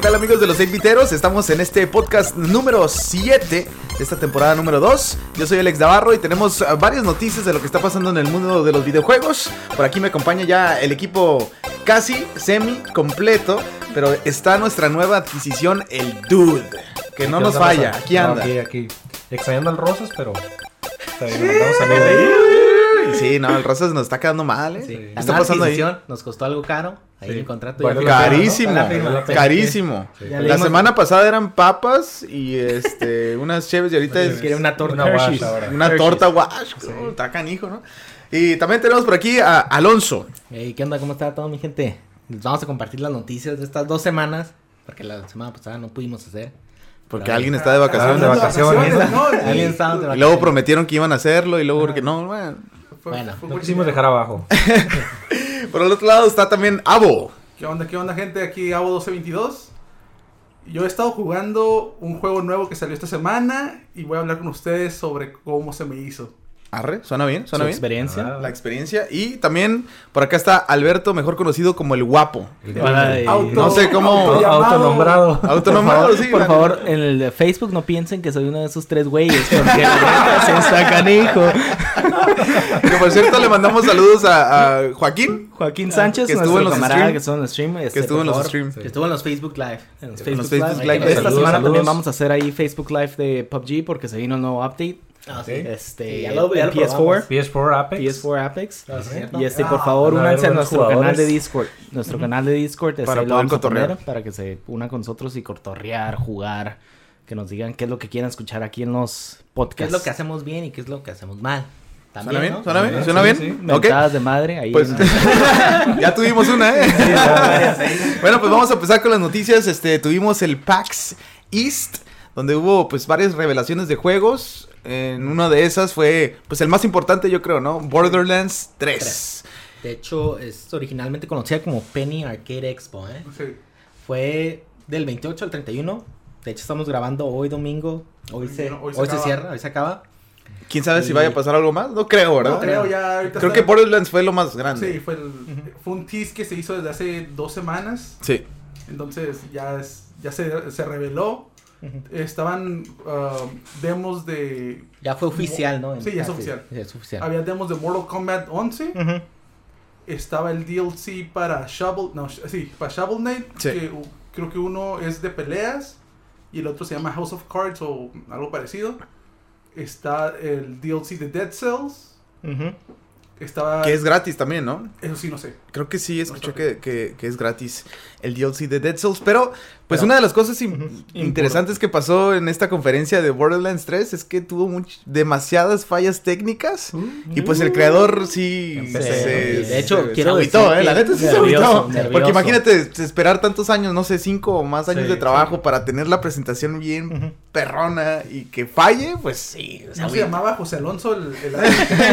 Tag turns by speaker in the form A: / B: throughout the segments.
A: tal amigos de los inviteros? Estamos en este podcast número 7 de esta temporada número 2. Yo soy Alex Navarro y tenemos ah, varias noticias de lo que está pasando en el mundo de los videojuegos. Por aquí me acompaña ya el equipo casi semi completo, pero está nuestra nueva adquisición, el Dude, que no
B: Aquí
A: nos
B: anda,
A: falla,
B: Rosa.
A: aquí
B: No,
A: anda.
B: Aquí, aquí. Extrañando al Rosas, pero. Está bien, le mandamos saludos ahí.
A: Sí, no, el Rosas nos está quedando mal, ¿eh?
C: Sí.
A: ¿Qué
C: La
A: está
C: nueva
A: pasando ahí?
C: adquisición nos costó algo caro. Ahí
B: Sí.
C: en el contrato.
B: Vale
C: ya
B: la pena,
A: Carísimo,
B: ¿no? Vale la pena.
A: Carísimo.
B: Sí.
C: Ya
A: La
C: leímos-
A: semana pasada eran papas y este unas cheves y ahorita es
C: Quiere una torta.
B: Una guasa
C: Hershey's.
B: ahora.
A: una torta guash, uh, está canijo, ¿no? Y también tenemos por aquí a Alonso.
C: Ey, ¿Qué onda? ¿Cómo está toda mi gente? Les vamos a compartir las noticias de estas dos semanas. Porque la semana pasada no pudimos hacer.
A: Porque
C: Claro.
A: alguien está de vacaciones.
B: de vacaciones.
C: Alguien estaba de
A: Y luego
C: vacaciones.
A: prometieron que iban a hacerlo y luego que no, bueno.
C: Bueno,
B: Lo quisimos dejar abajo.
A: Por el otro lado está también Abo.
D: ¿Qué onda, qué onda, gente? Aquí Abo 1222. Yo he estado jugando un juego nuevo que salió esta semana y voy a hablar con ustedes sobre cómo se me hizo.
A: Arre, suena bien,
C: su
A: suena bien.
C: experiencia.
B: Ah,
A: La experiencia. Y también por acá está Alberto, mejor conocido como el guapo.
C: Hola, eh,
D: Auto-
A: No sé cómo-
B: Auto-
D: autollamado.
B: Autonombrado.
A: Autonomado, sí.
C: Por
A: la-
C: favor, en el de Facebook no piensen que soy uno de esos tres güeyes. Porque la neta se sacan hijo.
A: Que por cierto le mandamos saludos a, a Joaquín.
C: Joaquín Sánchez,
A: Ah, Que
C: nuestro
A: estuvo en los
C: camarada
A: stream.
C: que estuvo en los stream. este,
A: Que estuvo
C: por
A: en los
C: favor,
A: streams.
C: Que estuvo en los Facebook Live. En los
A: En los
C: Facebook,
A: Facebook
C: Live.
A: Live.
C: Esta
B: Saludos,
C: semana
B: saludos.
C: también vamos a hacer ahí Facebook Live de PUBG porque se vino el nuevo update. Este,
E: Ah, ya lo-
C: de
E: ya lo
C: PS4.
B: PS4 Apex.
C: PS4 Apex.
B: Ah, sí.
C: Y este, por favor,
B: van a
C: únanse a
B: haber buenos
C: nuestro
B: jugadores.
C: canal de Discord. Nuestro canal de Discord. este,
A: Para
C: ahí lo
A: poder
C: vamos a
A: cotorrear.
C: poner Para que se unan con nosotros y cotorrear, jugar. Que nos digan qué es lo que quieran escuchar aquí en los podcasts.
E: ¿Qué es lo que hacemos bien y qué es lo que hacemos mal?
A: ¿Suena
E: También,
A: bien?
E: ¿no?
A: ¿Suena bien?
B: Sí,
A: ¿Suena
B: sí,
A: bien?
B: sí.
A: Ok.
C: Mentadas de madre. Ahí
A: Pues
C: en-
A: ya tuvimos una, ¿eh? bueno, pues vamos a empezar con las noticias. Este, tuvimos el PAX East, donde hubo pues varias revelaciones de juegos. En una de esas fue pues el más importante, yo creo, ¿no? Borderlands 3.
E: De hecho, es originalmente conocida como Penny Arcade Expo, ¿eh?
D: Sí.
E: Fue del 28 al 31. De hecho, estamos grabando hoy domingo. Hoy se,
D: No,
E: hoy se,
D: acaba.
E: cierra, hoy se acaba.
A: ¿Quién sabe si vaya a pasar algo más? No creo, ¿verdad?
D: No creo, ya ahorita
A: Creo
D: está-
A: que Borderlands fue lo más
D: Sí,
A: grande.
D: fue, el- fue un tease que se hizo desde hace dos semanas.
A: Sí.
D: Entonces ya, es- ya se, se reveló. Estaban ah, demos de...
E: Ya fue oficial, ¿no? Ah,
D: Sí, ya es oficial.
E: ya es oficial.
D: Había demos de Mortal Kombat 11. estaba el DLC para Shovel, no, sh- sí, para Shovel Knight,
A: Sí.
D: que u- creo que uno es de peleas y el otro se llama House of Cards o algo parecido. Está el DLC de Dead Cells. Estaba
A: Que es gratis también, ¿no?
D: eso sí no sé.
A: Creo que sí, escuché
D: está
A: que, que- que es gratis el DLC de Dead Souls. Pero, pues una de las cosas im- interesantes que pasó en esta conferencia de Borderlands 3 es que tuvo much- demasiadas fallas técnicas.
D: Uh,
A: Y pues el creador sí.
B: Sí,
E: y de hecho,
A: se
E: quiero
A: agüitó,
E: decir
A: ¿eh? La
E: que
A: neta sí se
E: nervioso,
A: agüitó.
E: nervioso.
A: Porque imagínate esperar tantos años, no sé, cinco o más años
B: Sí,
A: de trabajo para tener la presentación bien perrona y que falle, pues sí.
D: ¿Cómo se llamaba José Alonso el, el-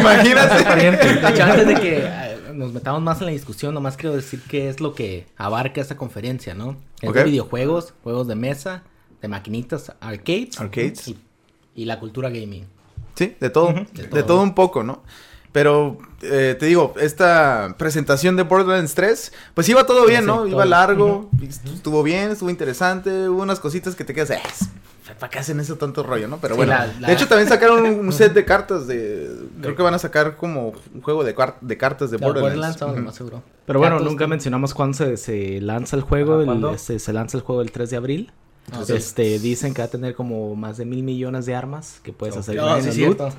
A: Imagínate.
E: De hecho, antes de que eh, nos metamos más en la discusión, nomás quiero decir qué es lo que abarca esta conferencia, ¿no? Es de
A: Ok.
E: videojuegos, juegos de mesa, de maquinitas, arcades,
A: Arcades.
E: Y, y la cultura gaming.
A: Sí, de todo, de, todo. un poco, ¿no? Pero eh, te digo, esta presentación de Borderlands 3, pues iba todo bien,
E: sí,
A: ¿no?
E: todo
A: Iba
E: bien.
A: largo, est- estuvo bien, estuvo interesante, hubo unas cositas que te quedas, "Eh, ¿para qué hacen eso tanto rollo, no? Pero
E: Sí,
A: bueno,
E: la- la-
A: de hecho también sacaron un un set de cartas de, creo que van a sacar como un juego de, cuar- de cartas de
E: De Borderlands,
A: Borderlands.
E: estamos
A: Ujú.
E: más seguro.
C: Pero bueno,
E: Ya todos
C: nunca
E: están-
C: mencionamos cuándo se, se lanza el juego.
B: Ajá,
C: el-
B: ¿cuándo?
C: este, se lanza el juego el 3 de abril.
E: Ah, sí.
C: Este, dicen que va a tener como más de mil millones de armas que puedes hacer
E: Ah,
C: con
E: sí,
C: el loot.
E: cierto.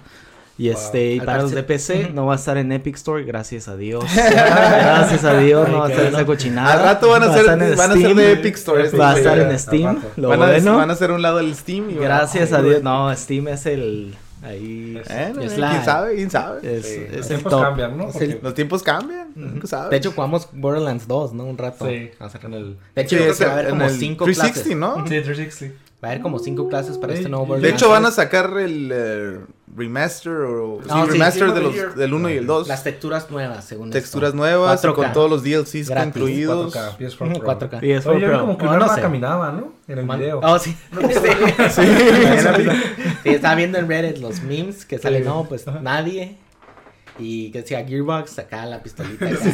C: Y este, y
E: Al
C: para los de
E: parecer-
C: PC no va a estar en Epic Store, gracias a Dios. gracias a Dios, no va a
E: Ay,
C: estar
E: qué
C: esa
E: bueno.
C: cochinada.
A: Al rato van a,
C: Va
A: ser,
C: estar en
A: van a ser
C: Steam.
A: de Epic Store.
C: Va a
A: sí,
C: estar
A: sí.
C: en
B: al
C: Steam.
B: rato.
C: Lo
A: van, a,
C: bueno.
A: van a hacer un lado el Steam. y van a-
C: Gracias a Dios. No, Steam es el. Ahí.
A: Eh,
E: pues, Es
A: ¿Quién
E: la-
A: sabe? ¿Quién sabe?
C: Es,
B: Sí,
C: es
B: Los
C: el
B: tiempos
C: top.
B: cambian, ¿no?
E: Es el-
B: Porque-
A: Los tiempos cambian, nunca sabes.
E: De hecho, jugamos Borderlands 2, ¿no? Un rato.
B: Sí.
E: Hace rato. De hecho,
A: Sí,
E: yo creo
A: es
E: que va a haber
A: en
E: como
A: el
E: 5
A: 360,
E: clases.
A: ¿no?
B: Sí, 360.
E: Va a haber como 5 clases para
B: Sí.
E: este nuevo
B: De
A: De
E: Borderlands.
A: hecho, van a sacar el eh, remaster o sí,
E: Ah, sí,
A: remaster
D: Game
A: de
D: of
A: los,
D: the Year.
A: del 1 y el 2.
E: Las texturas nuevas, según
A: Texturas
E: esto.
A: nuevas y
E: 4K.
A: con todos los DLCs
E: Gratis,
A: incluidos.
B: 4K, PS4
E: Ujú,
B: Pro.
E: 4K.
C: Y es
B: Oye, yo vi
C: Pro.
B: como que
E: No,
B: una
E: no
B: hermana
E: sé.
B: caminaba, ¿no? En el
E: Man-
B: video.
E: Oh, sí. sí. Sí, estaba viendo en Reddit los memes que salen,
B: Sí.
E: no, pues nadie. Y que decía Gearbox, acá la pistolita.
B: Sí.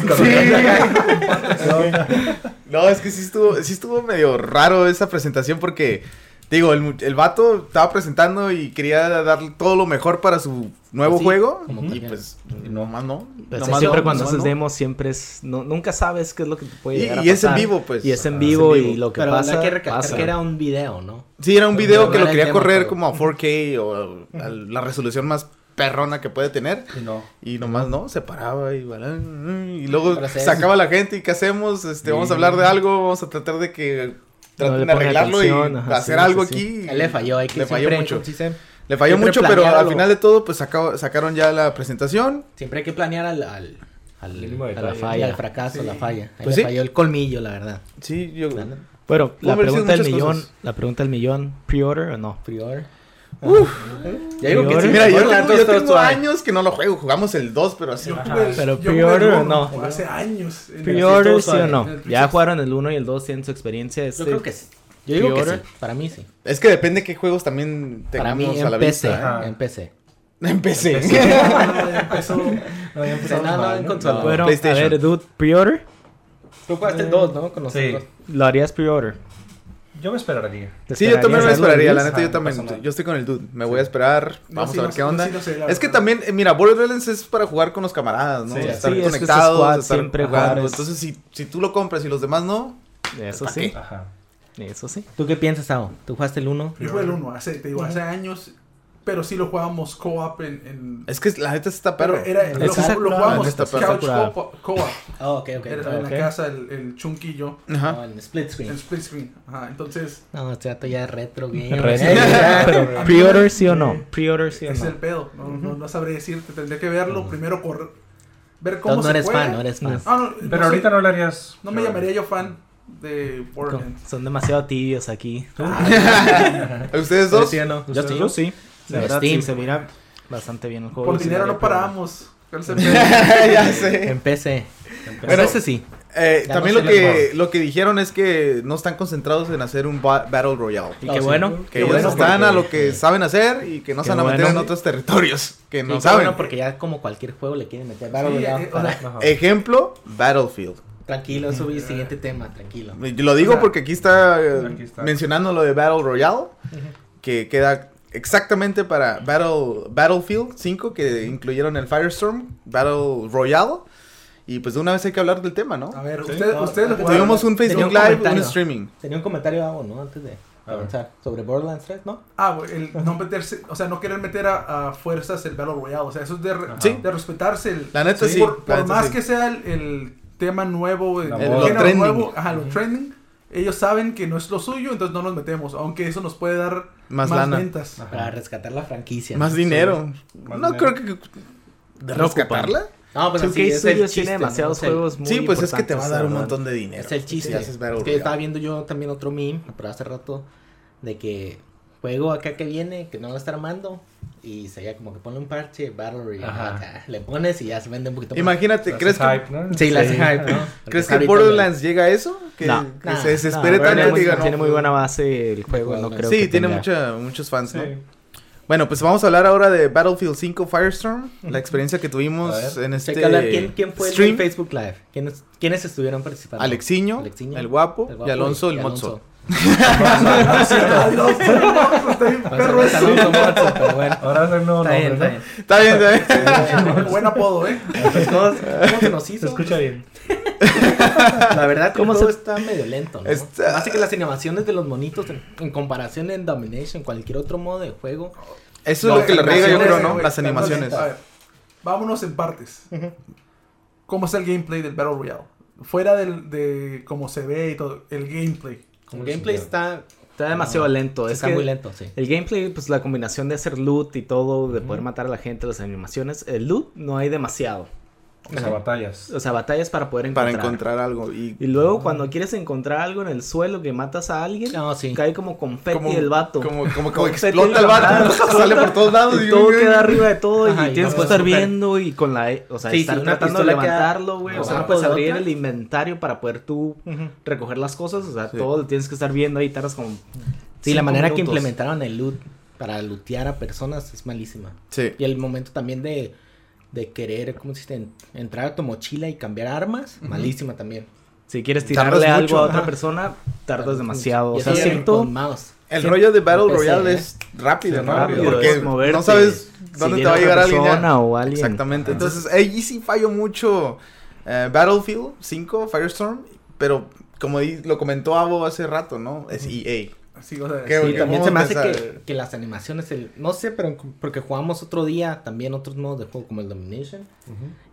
A: No, es que sí estuvo, sí estuvo medio raro esa presentación porque, digo, el, mu- el vato estaba presentando y quería dar todo lo mejor para su nuevo
E: Sí,
A: juego.
E: como
A: Y
E: cualquiera.
A: pues, nomás no.
F: Pues
A: nomás
F: siempre
A: no,
F: cuando
A: nomás
F: haces
A: no.
F: demos, siempre es. no- nunca sabes qué es lo que te puede
A: Y-
F: llegar a
A: y es en
F: pasar.
A: vivo, pues.
F: Y es
A: Ah,
F: en vivo,
A: es en
F: y
A: vivo.
F: lo que
E: Pero
F: pasa.
E: hay que recalcar
F: pasa.
E: que era un video, ¿no?
A: Sí, era un
E: Pero
A: video
E: no
A: que lo
E: era el
A: quería
E: tema,
A: correr
E: pero-
A: como a 4K o a la resolución más perrona que puede tener.
B: Y no.
A: Y nomás no, se paraba y, bala- y luego
E: Pero se-
A: sacaba a la gente y ¿qué hacemos? Este, vamos a hablar de algo, vamos a tratar de que traten
F: le
A: de
F: pongan
A: arreglarlo
F: atención,
A: y
F: ajá,
A: hacer
F: sí,
A: algo
F: sí,
A: aquí.
E: Él le falló, hay que
A: Le falló
E: siempre-
A: mucho.
E: ¿cómo se dice?
A: Le falló
E: Siempre
A: mucho, pero
E: planearlo.
A: al final de todo, pues saca- sacaron ya la presentación.
E: Siempre hay que planear al, al, al-
B: Mínimo
E: a la
B: detalle.
E: falla, al fracaso, la falla. Ahí
A: Pues
E: le
A: sí.
E: falló el colmillo, la verdad.
A: Sí, yo.
F: Bueno, la
A: haber sido
F: pregunta del
A: muchas
F: millón.
A: cosas.
F: La pregunta del millón. ¿Pre-order o no?
E: Prior. Ah.
A: Uf.
E: Ya digo que
F: Prior.
E: sí,
A: Mira, yo
E: la
A: tengo,
E: dos,
A: yo
E: dos,
A: tengo
E: suave.
A: años que no lo juego. Jugamos el 2, pero así.
D: Yo tuve el-
F: Pero
D: yo tuve el
F: pre-order,
D: uno
F: no.
D: Hace años. en el-
F: ¿Pre-order sí o
E: suave.
F: no?
D: En el
F: Ya
D: Twitch.
F: jugaron el 1 y el 2, tienen su experiencia.
E: Yo
F: este-
E: creo que sí. Yo digo que sí.
F: Prior.
E: Para mí sí.
A: Es que depende qué juegos también
E: Para
A: tengamos
E: mí
A: a la
E: en PC.
A: vista.
B: Ajá.
E: En PC.
A: Empecé.
D: Ah, ya empezó.
B: No, ya empezamos
E: No, no,
B: mal,
E: en
B: ¿no?
E: consola.
F: Bueno, a
A: PlayStation.
F: ver, dude, ¿pre-order?
E: Tú jugaste el 2, ¿no? Con
B: Sí.
E: nosotros.
F: ¿Lo harías pre-order?
B: Yo me esperaría.
F: ¿Te
A: Sí, yo también me
F: esperarías?
A: esperaría, la
B: Luis?
A: neta yo
B: Ah,
A: también,
B: personal.
A: yo estoy con el dude, me voy a esperar,
D: No,
A: vamos
D: sí,
A: a ver
D: no,
A: qué
D: no,
A: onda.
D: sí, no sé, la
A: es que
D: verdad.
A: también, eh, mira, Borderlands es para jugar con los camaradas, ¿no?
B: Sí,
A: estar
F: sí, es que es
A: conectados,
F: squad,
A: estar
F: siempre
A: jugando.
F: jugar es-
A: Entonces, si, si tú lo compras y los demás no,
F: Eso
A: ¿Para
F: sí,
B: Ajá.
F: eso sí.
E: ¿Tú qué piensas, Ao? ¿Tú jugaste el 1?
D: Yo jugué el 1, hace, te digo, hace años. Pero sí lo jugábamos co-op en. en-
A: es que la neta está perro.
D: era, lo,
F: Eso está
D: lo
F: curado.
D: jugábamos
A: Está perro,
D: couch
F: curado.
D: co-op. co-op.
E: Ah, ok, ok.
D: Era en
E: ok.
D: la casa el, el Chunky y yo.
A: Ajá.
E: No, en split screen.
D: En split screen. Ajá, entonces,
E: No, este dato ya es retro game.
F: Retro. Pero,
D: A mí
F: ¿Pre-order
D: me-
F: sí o no? eh, ¿Pre-order sí o
D: ese es el
F: no?
D: pedo. No, no, no sabré decirte. Tendría que verlo. Primero correr. Ver cómo
E: Entonces no
D: se
E: eres
D: juega.
E: fan, no eres fan.
D: Ah, no,
B: Pero ahorita no le harías.
D: No me llamaría yo fan de Borderlands.
F: Son demasiado tibios aquí.
D: Ah,
A: ¿Ustedes dos?
F: o no? Yo
B: sí.
F: sí. Ah, pues Yo sí. La
E: En
F: verdad,
E: Steam.
F: sí, se mira bastante bien el juego.
D: Por
F: Sí,
D: dinero
F: daría
D: no
F: pre-order.
D: parábamos. ¿Cuál es el pedo?
A: ya sé.
E: En PC.
A: Bueno,
E: Pero ese sí.
A: Eh,
E: Ya
A: también
E: no
A: lo,
E: sé las
A: que, lo que dijeron es que no están concentrados en hacer un ba- Battle Royale.
F: Y
E: No,
F: qué
E: Ah, sí.
F: bueno.
A: Que
F: qué
A: ellos
F: bueno,
A: están
F: porque-
A: a lo que saben hacer y que no se
F: Qué
A: van a meter
F: bueno.
A: en otros territorios que no
E: Sí,
A: saben.
E: bueno, porque ya como cualquier juego le quieren meter Battle
D: Sí,
E: Royale
D: eh, o
E: para-
D: sea,
B: Ajá.
A: Ejemplo, Battlefield.
E: Tranquilo, subí el siguiente tema, tranquilo.
A: Yo Lo digo
B: O sea,
A: porque aquí está, eh,
B: aquí está.
A: mencionando lo de Battle Royale, que queda exactamente para Battle, Battlefield 5, que incluyeron el Firestorm, Battle Royale. Y pues de una vez hay que hablar del tema, ¿no?
D: A ver,
B: Sí,
D: ustedes,
B: no,
D: ustedes lo
E: no,
D: jugaron.
A: Tuvimos un
E: Tenía
A: Facebook
E: un
A: Live, un
E: comentario.
A: streaming.
E: Tenía un comentario hago, ¿no? Antes de
B: A ver.
E: avanzar. Sobre Borderlands 3, ¿no?
D: Ah, güey, el no meterse, o sea, no querer meter a, a fuerzas el Battle Royale, o sea, eso es de, re-
A: Sí.
D: de respetarse. El,
A: La neta sí,
D: Por,
A: la
D: por
A: neta
D: más
A: sí.
D: que sea el, el tema nuevo, el,
B: La
D: el
B: moda.
D: género
A: Lo trending.
D: nuevo, ajá, lo trending, ellos saben que no es lo suyo, entonces no nos metemos, aunque eso nos puede dar
A: Más
D: más,
A: lana.
D: ventas.
E: Para rescatar la franquicia.
A: Más
E: ¿no?
A: dinero.
B: Más
A: no
B: dinero.
A: creo que... ¿De rescatarla?
E: No, pues
F: 2K
E: así es el
F: Studios
E: chiste,
F: tiene
E: ¿no?
F: demasiados
E: Es el-
F: juegos muy
A: Sí, pues es que te va a
F: importantes,
A: dar un
F: la
A: montón de dinero.
E: Es el chiste.
A: Si haces Battle
E: es que estaba
A: Royale.
E: viendo yo también otro meme, pero hace rato, de que juego acá que viene, que no lo está armando, y sería como que ponle un parche, Battle Royale,
B: Ajá.
E: acá. le pones y ya se vende un poquito más.
A: Imagínate, ¿crees que,
B: Haces hype, ¿no?
E: Sí, la hace hype, ¿no?
A: ¿crees
E: Porque
A: que
E: ahorita
A: Borderlands llega a eso? Que,
F: No.
A: que
E: No,
A: se desespere
E: no,
A: tanto
F: Tiene
A: que diga,
F: muy- tiene
A: no, pues,
F: muy buena base el juego, no
E: Sí,
F: creo
A: sí,
F: que
A: tiene
F: tenga-
A: mucha- muchos fans, ¿no?
B: Sí.
A: Bueno, pues vamos a hablar ahora de Battlefield 5 Firestorm, la experiencia que tuvimos
B: A
A: en
E: Checa
A: este
E: hablar, ¿quién, quién fue el
A: stream.
E: del Facebook Live? ¿Quiénes, quiénes estuvieron participando?
A: Alexiño,
E: Alexiño,
A: el guapo,
E: el
A: y
E: guapo
A: Alonso
E: y
A: el
E: Alonso.
A: mozo.
D: Adiós, está bien perro
E: Alonso,
D: eso.
E: Alonso, pero bueno.
B: Ahora es el nuevo
E: Está
B: nombre,
E: bien, está bien.
B: ¿no?
A: Está bien, está bien.
D: Buen apodo, ¿eh?
E: Pues, ¿Cómo, cómo se nos
B: Se
E: hizo?
B: escucha bien.
E: La verdad,
F: ¿Cómo
E: ¿Cómo todo
F: se-
E: está medio lento, ¿no?
A: Está-
E: Hace que las animaciones de los monitos, en, en comparación en Domination, cualquier otro modo de juego,
A: Eso es lo
D: Las
A: que le riega, yo
D: animaciones,
A: creo, ¿no?
D: güey,
A: Las animaciones.
D: A ver, vámonos en partes. ¿Cómo está el gameplay del Battle Royale? Fuera del, de cómo se ve y todo, el gameplay.
E: como gameplay está,
F: Está demasiado lento. es
E: está
F: que
E: muy lento, sí.
F: El gameplay, pues la combinación de hacer loot y todo, de poder matar a la gente, las animaciones. El loot no hay demasiado.
B: O sea, batallas.
F: O sea, batallas para poder
A: Para
F: encontrar.
A: encontrar algo. Y
F: Y luego cuando quieres encontrar algo en el suelo que matas a alguien,
E: No, sí.
F: cae como confeti del vato.
A: Como, como, como
F: Confeti
A: explota el
F: del
A: vato, sale por todos lados.
F: Y
A: y-
F: todo queda arriba de todo
E: Ajá,
F: y
E: y no
F: tienes que
E: puedes
F: estar
E: tocar.
F: viendo y con la... O sea,
E: Sí, sí,
F: estar
E: una
F: tratando de
E: pistola queda
F: levantarlo, güey. O sea, no
E: abajo
F: puedes
E: de
F: abrir
E: otra.
F: el inventario para poder tú recoger las cosas. O sea,
A: Sí.
F: todo lo tienes que estar viendo ahí. Tardas como...
E: Sí, la
F: cinco
E: manera que
F: minutos.
E: implementaron el loot para lootear a personas es malísima.
A: Sí.
E: Y el momento también de, de querer, ¿cómo se dice? En- Entrar a tu mochila y cambiar armas, malísima también.
F: Si quieres tirarle
A: Tardas
F: algo
A: mucho,
F: a otra
A: ajá.
F: persona, tardas demasiado.
E: Y
F: O sea,
E: eso
F: siento-
E: con mouse.
A: El
E: Siempre-
A: rollo de Battle
E: empecé,
A: Royale
E: ¿eh?
A: es rápido,
F: Es
A: ¿no?
F: rápido,
A: Porque
F: es moverte.
A: no sabes
F: Si
A: dónde te
F: llega
A: va a
F: otra
A: llegar alguien. ya.
F: persona o alguien.
A: Exactamente.
F: Ajá.
A: Entonces, ahí sí fallo mucho eh, Battlefield 5, Firestorm, pero como di- lo comentó Abo hace rato, ¿no? Es E EA.
D: Así, o sea,
A: Qué
D: sí,
A: bueno.
E: Y también
A: ¿Cómo
E: se me hace
A: empezar?
E: que, que las animaciones, el- no sé, pero en- porque jugamos otro día también otros modos de juego como el Domination.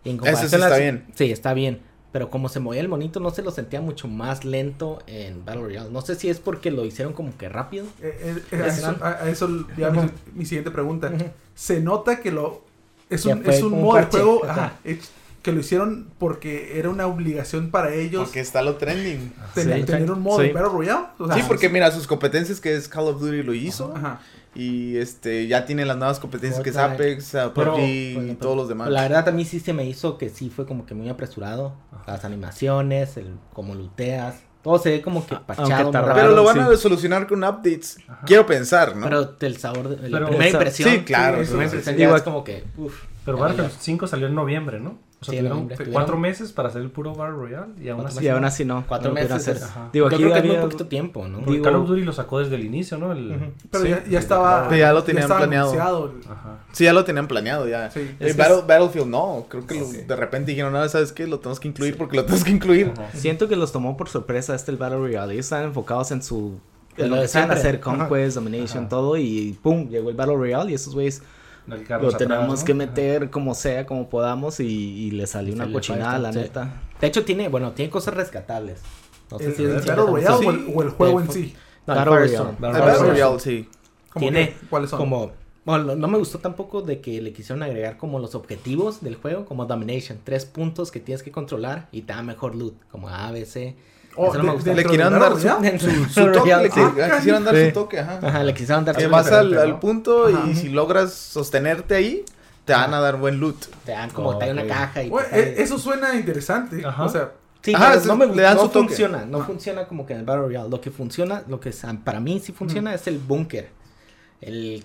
E: Y en comparación
A: está
E: las-
A: bien.
E: Sí, está bien. Pero como se movía el monito, no se lo sentía mucho más lento en Battle Royale. No sé si es porque lo hicieron como que rápido.
D: eh, eh, a eso- a- a eso ya mi, mi siguiente pregunta. Se nota que lo es
E: Ya
D: un,
E: fue
D: es un
E: como un
D: modo de
E: parche.
D: juego
E: Ajá.
D: ajá, es- que lo hicieron porque era una obligación para ellos
A: Porque está lo trending.
D: tener,
F: Sí.
D: tener un modo
F: Sí.
D: de Battle Royale. O sea,
A: Sí, porque mira, sus competencias que es Call of Duty lo hizo.
D: ajá.
A: Y este ya tiene las nuevas competencias que es
E: Fortnite.
A: Apex, uh, PUBG
E: Pero-
A: y todos los demás.
E: La verdad, a mí sí se me hizo que sí fue como que muy apresurado. Las animaciones, el cómo looteas. Todo se ve como que
F: aunque
E: pachado. muy
F: tardaron,
A: pero
E: raro.
A: lo van
F: sí.
A: a solucionar con updates. Quiero pensar, ¿no?
E: Pero el sabor, de, la
B: Pero-
E: primera
F: Esa-
E: impresión.
A: sí, claro.
D: sí,
E: La primera
A: sí, sí.
E: impresión ya
F: Digo,
E: es como que, uff.
B: Pero Battlefield 5 salió en noviembre, ¿no? O sea,
E: Sí, en
B: tuvieron
E: noviembre.
B: cuatro
E: Tuvieron-
B: meses para hacer el puro Battle Royale y aún
E: Cuatro
B: así.
F: Y aún así no.
E: Cuatro
F: no lo pudieron
E: meses es-
B: Ajá.
F: Digo,
E: yo
F: aquí
E: creo que es muy
F: había-
E: poquito tiempo, ¿no?
B: Porque
F: Digo-
B: Call of Duty lo sacó desde el inicio, ¿no? El...
D: Pero
B: Sí.
D: ya, ya estaba.
A: Sí, ya lo tenían
D: estaba
A: planeado.
D: anunciado el-
B: Ajá.
A: Sí, ya lo tenían planeado
E: Ah.
A: ya.
D: Sí.
A: Eh,
F: Es que
A: Battle- Battlefield no, creo que lo- de repente dijeron, no, ¿sabes qué? Lo tenemos que incluir porque lo tenemos que incluir.
B: Ajá.
F: Siento que los tomó por sorpresa este el Battle Royale. Ellos estaban enfocados en su.
E: En
F: En
E: lo de
F: lo que saben
E: siempre.
F: hacer, Conquest, Domination,
B: Ajá.
F: todo. Y pum, llegó el Battle Royale. Y esos güeyes
B: Del
F: lo
B: Carlos atrás,
F: tenemos
B: ¿no?
F: que
B: Ajá.
F: meter como sea, como podamos. Y, y le salió una
E: le
F: cochinada,
E: falta,
F: la
E: sí.
F: neta.
E: De hecho, tiene, bueno, tiene cosas rescatables. No sé
D: el,
E: si
D: el
E: es
D: Eh, Battle Royale o, el,
A: Sí.
D: o el juego
E: El
D: en sí.
E: No, el
F: Battle
E: Firestorm.
F: Royale.
A: El
B: Battle
A: Eh, Battle
B: Royale.
A: Royale, sí.
D: ¿Cómo
E: Tiene
D: que? ¿Cuáles son?
E: como bueno, no me gustó tampoco de que le quisieron agregar como los objetivos del juego, como Domination, tres puntos que tienes que controlar y te da mejor loot, como A, B, C.
D: Oh,
E: Eso no me
D: de-
E: gustó.
A: Le
D: dentro
A: querían
D: del
A: dar
D: Battle
A: su,
D: Royale.
E: Dentro del
A: su toque,
E: Royale,
A: le
E: sí.
A: quisieron-
D: Ah,
A: quisieron dar
F: sí.
A: su toque, ajá.
E: Ajá, le quisieron dar
A: Te
E: su
A: vas al,
E: diferente,
A: al
E: ¿no?
A: punto
D: Ajá.
A: y si logras sostenerte ahí, te van a dar buen loot.
E: Te dan como que hay una
B: Ok.
E: caja y...
D: Güey,
E: te
D: eh,
E: sale-
D: eso suena interesante.
B: Ajá.
D: O sea,
E: Sí,
A: Ajá,
E: pero
A: ese-
E: no me
A: le dan
E: no
A: su toque.
E: funciona, no funciona como que en el Battle Royale. Lo que funciona, lo que sa- para mí sí funciona es el búnker. El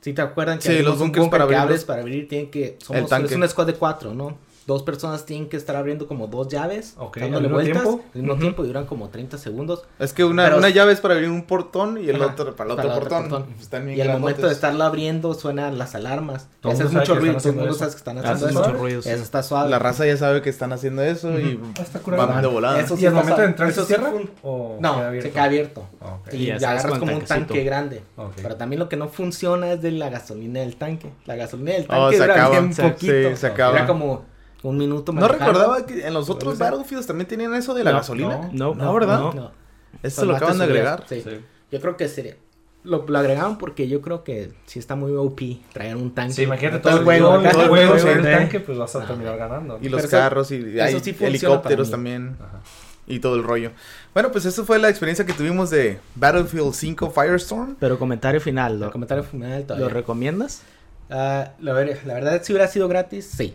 E: si te acuerdan que
A: Sí,
E: abrimos
A: los
E: un
A: búnkers
E: búnker
A: para
E: que
A: abrirlos.
E: abres para abrir tienen que somos
A: El tanque.
E: es un squad de cuatro, ¿no? Dos personas tienen que estar abriendo como dos llaves,
B: Ok,
E: dándole
B: ¿al mismo
E: vueltas,
B: tiempo?
E: al mismo tiempo duran como 30 segundos.
A: Es que una,
E: Pero-
A: una llave es para abrir un portón y el
E: Ajá,
A: otro para el
E: para
A: otro
E: el otro
A: portón. Pues
E: portón.
A: Están
E: Y
A: bien
E: al momento de
A: grandotes.
E: estarlo abriendo suenan las alarmas.
B: Todo
E: Ese
B: el
E: es
B: mundo
E: mucho
B: sabe que
E: ruido,
B: están
E: todo el mundo
B: haciendo
E: sabe que están
F: Hace
E: haciendo
B: Hacen
E: eso.
F: muchos
B: suave.
F: ruidos.
E: Eso está suave.
A: La raza ya sabe que están haciendo eso y
B: Ah, está curado.
A: van de volada.
E: Eso
B: ¿Y
E: sí
B: al
E: no
B: momento
E: sabe.
B: de entrar
E: Eso
B: se
E: sí
B: cierra?
E: fun-
B: ¿O
E: No,
B: queda
E: se
B: abierto?
E: queda abierto.
B: Ah, ok.
E: Y,
F: Y ya
E: ya
F: sabes
E: agarras
F: con
E: como un
F: tanquecito.
E: tanque grande.
B: Ok.
E: Pero también lo que no funciona es de la gasolina del tanque. La gasolina del
A: Oh,
E: tanque
A: se
E: dura
A: acaba.
E: bien
A: Sí,
E: poquito.
A: sí, se acaba.
E: Era como un minuto
A: No
E: manejando.
A: recordaba que en los otros Battlefields también tenían eso de la
B: No,
A: gasolina.
F: No,
A: No, ¿verdad?
F: no.
E: No. pues
A: Esto lo
E: Nomás te
A: acaban de
E: subías.
A: agregar.
E: Sí.
B: Sí.
E: Yo creo que sería. Lo, lo agregaron porque yo creo que sí está muy OP traer un tanque.
B: Sí, imagínate
E: Todo el
B: juego,
E: acá.
B: todo el juego, si
E: sí.
B: el tanque, pues vas a
E: Ah,
B: terminar ganando. ¿no?
A: Y los
E: Pero eso-
A: carros y
E: eso
A: hay
E: sí funciona para
A: helicópteros
E: mí.
A: también.
B: Ajá.
A: Y todo el rollo. Bueno, pues esa fue la experiencia que tuvimos de Battlefield 5 Firestorm.
F: Pero comentario final.
E: El
F: ¿Lo,
E: comentario final todavía.
F: ¿lo recomiendas?
E: Ah, la, ver- la verdad, si hubiera sido gratis, sí.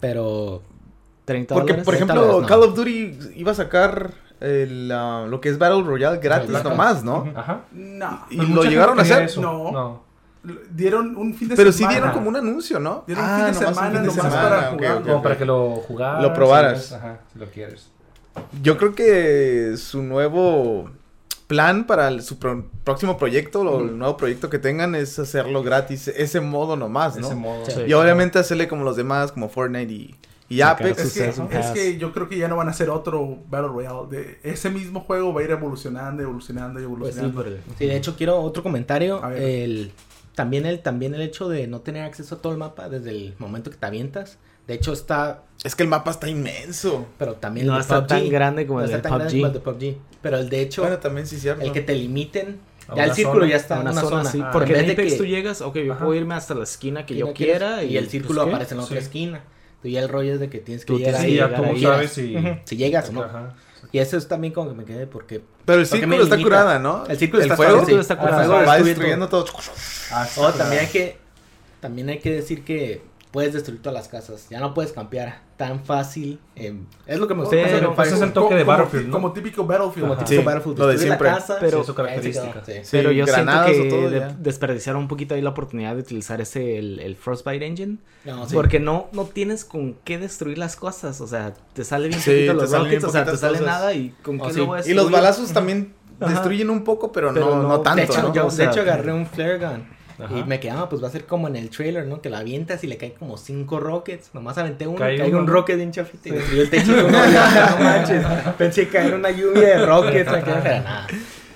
E: Pero
F: 30
A: Porque,
F: dólares.
A: por
E: 30
A: ejemplo,
E: dólares, no.
A: Call of Duty iba a sacar el, ah, lo que es Battle Royale gratis
E: Black Ops.
A: nomás, ¿no?
B: Ajá.
D: no.
A: Y
B: Pero
A: lo
B: mucha
A: llegaron a
B: gente
A: hacer.
B: quería eso.
D: No.
B: No.
D: Dieron un fin de
A: Pero sí
D: semana.
A: dieron como un anuncio, ¿no? Ah,
D: Dieron un fin de
A: nomás un
D: semana
A: fin de
D: nomás
A: semana,
D: para
A: ok,
D: jugarlo.
A: ok,
B: Como
A: ok.
B: para que lo jugaras.
A: Lo probaras.
B: si lo- Ajá, si lo quieres.
A: Yo creo que su nuevo plan para el- su pro- próximo proyecto, o el nuevo proyecto que tengan, es hacerlo gratis, ese modo nomás,
B: De
A: ¿no?
B: ese modo.
E: Sí.
A: Y obviamente hacerle como los demás, como Fortnite y, y pues,
F: Sacar
A: Apex.
F: sus
D: Es que,
F: Suceso.
D: es que yo creo que ya no van a hacer otro Battle Royale. De, ese mismo juego va a ir evolucionando, evolucionando,
E: Pues sí,
D: evolucionando.
E: pero- sí, de hecho quiero otro comentario.
D: A ver.
E: El, también, el, también el hecho de no tener acceso a todo el mapa desde el momento que te avientas. De hecho está,
A: Es que el mapa está inmenso.
E: pero también
F: No
E: el de
F: está tan grande como
E: No
F: el
E: está
F: del
E: tan grande
F: PUBG.
E: como el de PUBG. Pero el de hecho,
A: Bueno, también sí es cierto.
E: el que te limiten,
B: A
E: ya el
B: una
E: círculo
B: zona,
E: ya está
F: a
E: en
F: una zona, sí.
B: Ah.
F: Porque
E: En vez
F: en
E: de
F: Apex
E: que-
F: tú llegas, ok, yo
B: Ajá.
F: puedo irme hasta la esquina que
E: que
F: yo
E: no quieres,
F: quiera.
E: y el círculo
F: pues, ¿qué?
E: aparece en la otra
B: Sí.
E: esquina. Y ya el rollo es de que tienes que
F: Tú
E: llegar
F: tienes
B: Sí,
F: que
E: ahí,
B: ya
F: llegar
B: como
F: ahí.
B: sabes si.
E: Ujú. si llegas o no.
B: Ajá.
E: Y eso es también como que me quedé porque
A: Pero el
E: Porque me
A: círculo está
E: limita.
A: curada, ¿no?
E: El círculo está
A: fuego
E: curado, sí.
F: está
A: el
F: curado.
A: fuego
E: Ah,
A: va
E: estuve
A: destruyendo todo.
B: Ah, sí,
E: Oh,
B: claro.
E: también hay que también hay que decir que puedes destruir todas las casas. Ya no puedes cambiar tan fácil. eh, es lo que me gusta.
B: Pero,
E: Pero,
B: pues, ese es el toque
D: Como-
B: de
D: como-
B: Battlefield, ¿no?
D: Como típico Battlefield.
E: como
B: Ajá.
E: tipo
A: Sí,
E: Battlefield,
A: lo de
E: destruir la
A: siempre.
E: casa,
F: Pero-
E: ahí se quedó,
B: característica.
E: sí.
A: Sí,
F: Pero yo siento
A: granadas
F: que
A: o todo,
F: de-
A: ya.
F: desperdiciaron un poquito ahí la oportunidad de utilizar ese, el, el Frostbite Engine.
E: No, sí.
F: Porque no, no tienes con qué destruir las cosas. O sea, te sale bien
A: Sí,
F: poquito
A: te
F: los
A: salen bien
F: rockets, o sea, te
A: poquitas
F: sale
A: cosas.
F: nada y con
E: Oh,
F: qué
E: sí.
F: lo vas
A: Y los balazos también
F: Ajá.
A: destruyen un poco, pero,
F: Pero
A: no, no,
F: no-
A: tanto.
E: de hecho,
A: ¿no?
E: yo,
F: O
E: de
F: sea-
E: hecho agarré un flare gun.
B: Ajá.
E: Y me quedaba, pues va a ser como en el trailer, ¿no? Que la avientas y le caen como cinco rockets. Nomás aventé uno,
B: Cae
E: cae un
B: uno.
E: rocket de un chafita y destruyó el techo de uno. Ya, no manches. Pensé que era una lluvia de rockets. me quedé, pero nada.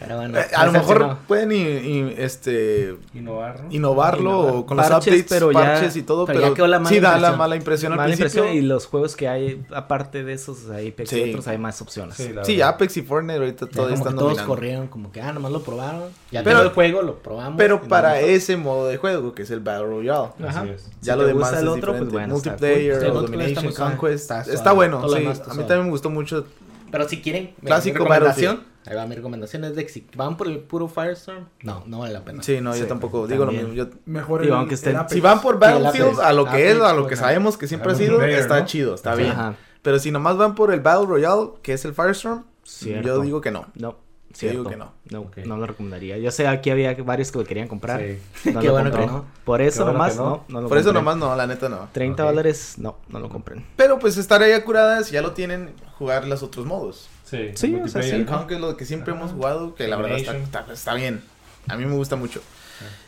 E: Pero bueno.
A: Eh, a lo
E: me
A: mejor
E: decepcionó.
A: pueden i- i- este
B: Innovar, ¿no?
A: innovarlo
F: Innovar.
A: o con los
F: Parches,
A: updates,
F: pero ya-
A: parches y todo,
E: pero
A: pero,
E: ya quedó la mala
A: sí da la
E: impresión.
A: mala impresión al
F: Mala
A: principio.
F: impresión y los juegos que hay, aparte de esos, hay Apex y
A: Sí.
F: otros, hay más opciones.
B: Sí, la
A: Sí,
B: verdad.
A: Apex y Fortnite ahorita
E: Ya como
A: todavía están
E: que todos
A: dominando.
E: corrieron, como que, ah, nomás lo probaron. Ya
A: Pero-
E: pero el juego, lo probamos.
A: Pero para
E: eso
A: ese modo de juego, que es el Battle Royale.
F: Ajá.
B: Así es.
A: Ya
F: Si
A: lo
F: te
A: demás
F: gusta
A: es
F: el otro,
A: diferente.
F: pues bueno, está
A: Multiplayer,
E: cool. Sí, el multiplayer está
A: Domination,
E: muy suave.
A: Conquest.
E: Está
A: Está,
E: suave.
A: bueno,
E: Todo lo
A: sí.
E: demás pues
A: a
E: está
A: mí
E: suave.
A: también me gustó mucho.
E: Pero si quieren, mi-
A: Clásico
E: mi recomendación. Ahí va mi recomendación: es de que si van por el puro Firestorm, no, no vale la pena.
A: Sí, no, yo
F: Sí,
A: tampoco digo lo
F: también.
A: mismo. yo-
D: Mejor
F: Digo,
D: el-
F: aunque esté-
D: el Apex.
A: si van por
E: Apex,
A: Battlefield, a lo que es, a
E: Apex,
A: lo que
E: Fortnite.
A: sabemos que siempre ha
B: Ajá,
A: sido,
B: multiplayer,
A: está
B: ¿no?
A: chido, está
F: Ajá.
A: bien. Pero si nomás van por el Battle Royale, que es el Firestorm,
F: Cierto.
A: yo digo que no.
F: No.
A: Yo digo
F: cierto.
A: que no.
F: No,
B: Ok.
F: no lo recomendaría. Yo sé, aquí había varios que lo querían comprar.
B: Sí.
F: No
E: Qué
F: lo
E: bueno
F: compré.
E: que no.
F: Por eso
B: Qué bueno
F: nomás,
B: que no.
F: no. no lo
A: Por eso
F: compré.
A: nomás no, la neta no.
F: 30
B: Ok.
F: dólares, no, no lo compren.
A: Pero pues estaría curada si ya lo tienen, jugar los otros modos.
B: Sí,
F: Sí, o sea, sí.
A: El
B: multiplayer, ¿no?
A: Conquest es lo que siempre
B: Ajá.
E: Ah.
A: hemos jugado, que la verdad está,
B: Domination.
A: está- está bien. A mí me gusta mucho.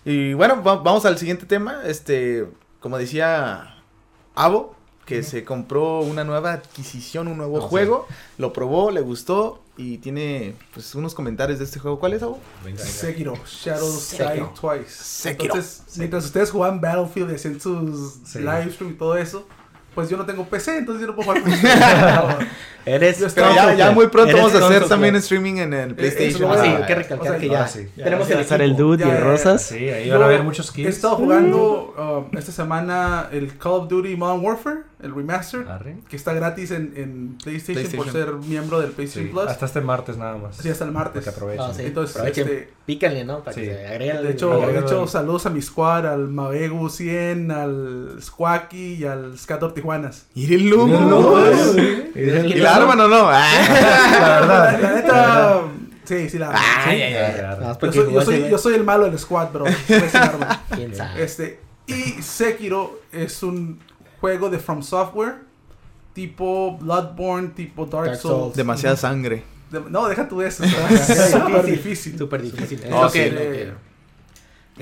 A: Y bueno, va- vamos al siguiente tema. Este, como decía Avo, que se compró una nueva adquisición, un nuevo
E: Ah, sí.
A: juego, lo probó, le gustó y tiene pues unos comentarios de este juego. ¿Cuál es, Avo?
B: Venga, venga.
D: Sekiro, Shadows Die
E: Sekiro.
D: Twice.
A: Sekiro.
D: Entonces, mientras ustedes jugaban Battlefield y hacían sus
B: Sí.
D: live stream y todo eso, pues yo no tengo PC, entonces yo no puedo jugar con ustedes.
E: Eres.
D: Yo estoy-
A: Pero ya,
D: Console
A: ya
E: player.
A: muy pronto
E: Eres
A: vamos
E: pues.
A: a hacer
E: console
A: también
E: player.
A: streaming en el PlayStation.
D: eso
E: Ah, sí,
D: Ah,
E: hay que
D: o sea,
E: recalcar que
D: ah,
E: ya.
B: sí. Ya,
E: Tenemos
F: Va a
E: el
F: estar
E: equipo.
F: el dude y
D: Ya,
F: el
D: ya,
F: Rosas.
B: Sí, ahí
D: Yo
B: van a haber muchos
D: He
B: kills.
D: estado jugando um, esta semana el Call of Duty Modern Warfare, el remaster,
B: Arre.
D: que está gratis en, en PlayStation, por ser
A: PlayStation.
D: miembro del PlayStation
B: Sí,
D: Plus.
B: Hasta este martes nada más.
D: Sí, hasta el
B: Para
D: martes.
B: que aprovechen.
E: Ah, sí.
D: Entonces,
E: Aprovechen.
D: este-
E: Pícale, ¿no? Para que
B: Sí.
E: se agregue el-
D: De hecho,
B: Ah,
D: de
B: bueno.
D: hecho, saludos a mi squad, al Mavegu 100, al Squacky y al Scator Tijuanas.
A: Írelo.
B: No.
A: ¿Y la arman o no? Ah.
B: La
D: La,
B: verdad.
D: la neta, sí, sí, la
A: Ay, ay, ay.
B: Agarra.
E: Nada más
D: yo
E: Ah, porque
D: soy, yo,
E: jugaste,
D: soy, yo soy el malo del squad, bro. Soy sin arma.
E: ¿Quién sabe?
D: Este, y Sekiro es un juego de From Software, tipo Bloodborne, tipo Dark,
E: Dark
D: Souls.
E: Souls.
A: Demasiada sangre.
D: De- no, deja tú eso. Es súper difícil.
E: Súper difícil. Es
A: No,
E: lo
A: sí.
E: que-
D: Eh,
E: lo que-
D: es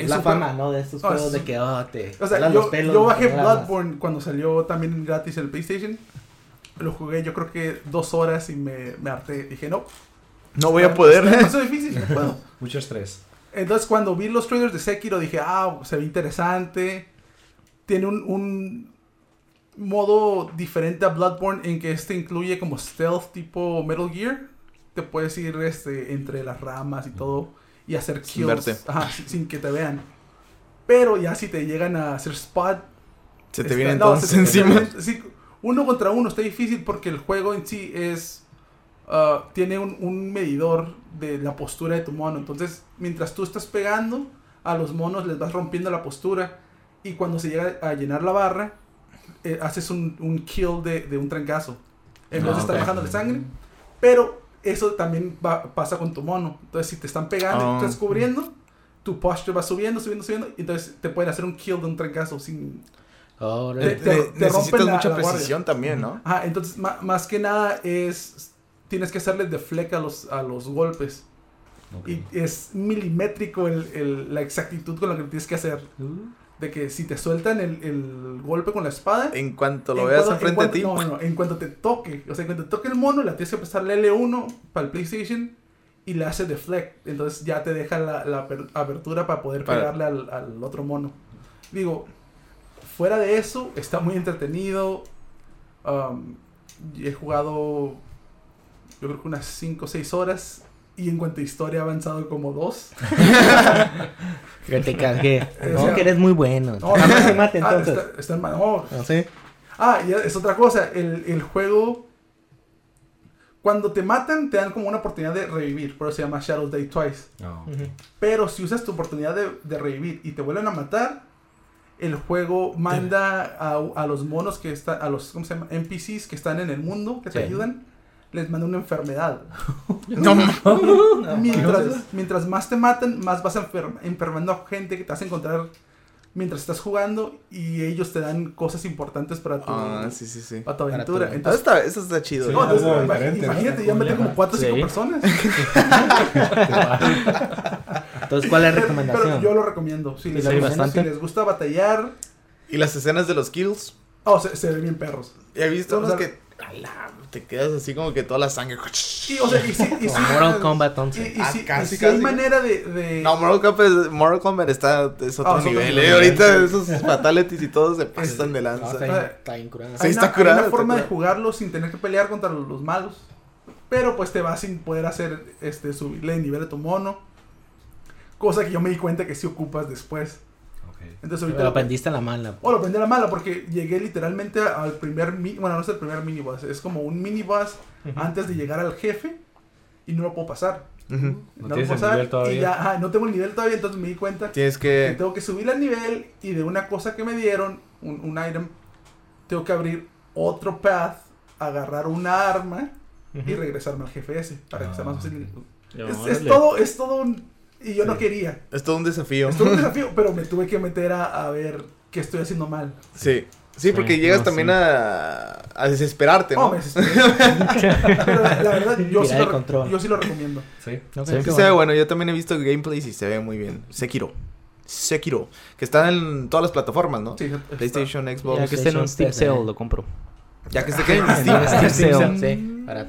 E: Es la
D: súper-
E: fama, ¿no? De estos
D: No,
E: juegos
D: es-
E: de que, oh, te.
D: O sea,
E: jalan
D: yo,
E: los pelos,
D: yo
E: te
D: bajé
E: jalan las-
D: Bloodborne cuando salió también gratis en el PlayStation. Lo jugué yo creo que dos horas y me, me harté. Dije, no.
A: No voy a poder.
D: Eso es difícil, no puedo.
B: Mucho estrés.
D: Entonces cuando vi los trailers de Sekiro dije, ah, se ve interesante. Tiene un, un modo diferente a Bloodborne en que este incluye como stealth tipo Metal Gear. Te puedes ir este, entre las ramas y todo y hacer
A: Sin
D: kills
A: verte.
D: Ajá, sin- sin que te vean. Pero ya si te llegan a hacer spot,
A: Se te
D: Está-
A: viene
D: no,
A: entonces
D: se- se-
A: encima.
D: sí, uno contra uno está difícil porque el juego en sí es. ah, tiene un, un medidor de la postura de tu mono. Entonces, mientras tú estás pegando, a los monos les vas rompiendo la postura. Y cuando se llega a llenar la barra, eh, haces un, un kill de, de un trancazo. En vez de estar
A: Ah, ok.
D: bajando la sangre. Pero eso también va- pasa con tu mono. Entonces, si te están pegando y
A: Ah.
D: tú estás cubriendo, tu posture va subiendo, subiendo, subiendo. y Entonces, te pueden hacer un kill de un trancazo sin,
A: Te-
E: Órale.
D: te
A: te- Eh,
D: rompen
A: necesitas
D: la-
A: mucha
D: la guardia.
A: precisión también, ¿no?
D: Ajá, entonces ma- más que nada es tienes que hacerle deflect a los a los golpes. Y es milimétrico el, el- la exactitud con la que lo tienes que hacer.
A: Uh.
D: De que si te sueltan el, el golpe con la espada,
A: En cuanto
D: en
A: lo veas
D: cuanto- en
A: enfrente de
D: cuanto-
A: ti.
D: No, no, en cuanto te toque, o sea, en cuanto te toque el mono, la tienes que prestar el L1 para el PlayStation y le hace deflect. Entonces ya te deja la, la aper- apertura para poder
A: Para-
D: pegarle al, al otro mono. Digo, fuera de eso, está muy entretenido. Um, y he jugado, yo creo que unas 5 o 6 horas. Y en cuanto a historia, he avanzado como 2.
E: Que te cargué.
D: O sea-
E: No, que eres muy bueno.
D: No,
E: No,
D: no,
E: se
D: no.
E: mate
D: Ah,
E: entonces.
D: está- está en ma- no,
E: ¿Ah, sí?
D: Ah, y es otra cosa, el, el juego... Cuando te matan, te dan como una oportunidad de revivir, por eso se llama Shadows Day Twice.
B: No.
D: Pero si usas tu oportunidad de, de revivir y te vuelven a matar, el juego manda a, a los monos que están, a los ¿cómo se llama? NPCs que están en el mundo, que te
C: Sí.
D: ayudan, les manda una enfermedad.
A: No,
D: mientras, mientras más te matan, más vas enfer- enfermando a gente que te vas a encontrar mientras estás jugando y ellos te dan cosas importantes para tu,
A: Ah, sí, sí, sí. Ah,
D: para tu
C: Para tu-
D: aventura.
A: Eso
D: Entonces,
A: está, eso está chido.
B: Sí.
D: no, entonces,
B: algo
D: imag-
B: diferente, ¿no?
D: imagínate, ya metí como 4 o 5
F: Sí.
D: personas.
C: Entonces, ¿cuál es la
D: Pero- Pero
C: recomendación?
D: yo lo recomiendo. Si les,
C: Sí, bastante.
D: si les gusta batallar,
A: Y las escenas de los kills.
D: oh, se, se ven bien perros.
A: He visto
D: O
A: unos
D: sea-
A: que. ala, Te quedas así como que toda la sangre.
D: Y, o sea, y si, y si-
C: Como Mortal Kombat
D: y-
C: 11.
D: y
A: Ah,
D: si- y
A: casi,
D: si hay
A: casi.
D: manera de. de-
A: No, Mortal Kombat, es- Mortal Kombat está, es otro
D: Ah, es otro
A: nivel.
D: nivel,
A: eh.
D: sí.
A: Ahorita esos fatalities y todo se pasan de
C: No,
A: lanza.
C: está, bien, está bien curada.
A: Sí,
D: hay
A: Ah, está
D: una,
A: curado,
D: hay una
A: está
D: forma de
A: curado.
D: jugarlo sin tener que pelear contra los, los malos. Pero pues te vas sin poder hacer este subirle de nivel a tu mono. Cosa que yo me di cuenta que sí ocupas después.
B: Ok.
D: Entonces ahorita.
C: Pero aprendiste a la mala.
D: O lo aprendí a la mala porque llegué literalmente al primer mi- Bueno, no es el primer miniboss. Es como un miniboss antes de llegar al jefe. Y no lo puedo pasar.
A: Ujú.
B: No
D: lo
B: tienes
D: puedo
B: el
D: pasar,
B: nivel todavía.
D: Y ya, ajá, no tengo el nivel todavía. Entonces me di cuenta
A: Tienes
D: que
A: que.
D: tengo que subir al nivel y de una cosa que me dieron, un, un item, tengo que abrir otro path, agarrar una arma y regresarme al jefe ese para que sea más
B: Ah,
D: fácil.
F: No,
D: Es, es
F: órale.
D: todo, es todo un... Y yo no quería.
A: Es todo un desafío.
D: Es todo un desafío, pero me tuve que meter a, a ver qué estoy haciendo mal.
A: Sí. Sí, porque llegas
F: no,
A: también
F: sí.
A: a, a desesperarte, ¿no?
D: Oh, me desesperé. pero la verdad, yo
C: Tirar
D: sí,
C: el
D: lo, re-
C: control.
D: yo sí lo recomiendo.
B: Sí.
C: No,
A: Sí,
C: creo que
A: se ve
C: bueno.
A: bueno, yo también he visto gameplays y se ve muy bien. Sekiro. Sekiro. Que está en todas las plataformas, ¿no?
D: Sí, está-
A: PlayStation,
F: Ya
A: Xbox.
F: que esté en un Steam
C: PC.
F: Sale, lo compro.
A: Ya que esté que en Steam.
F: Steam Sale.
C: Sí, para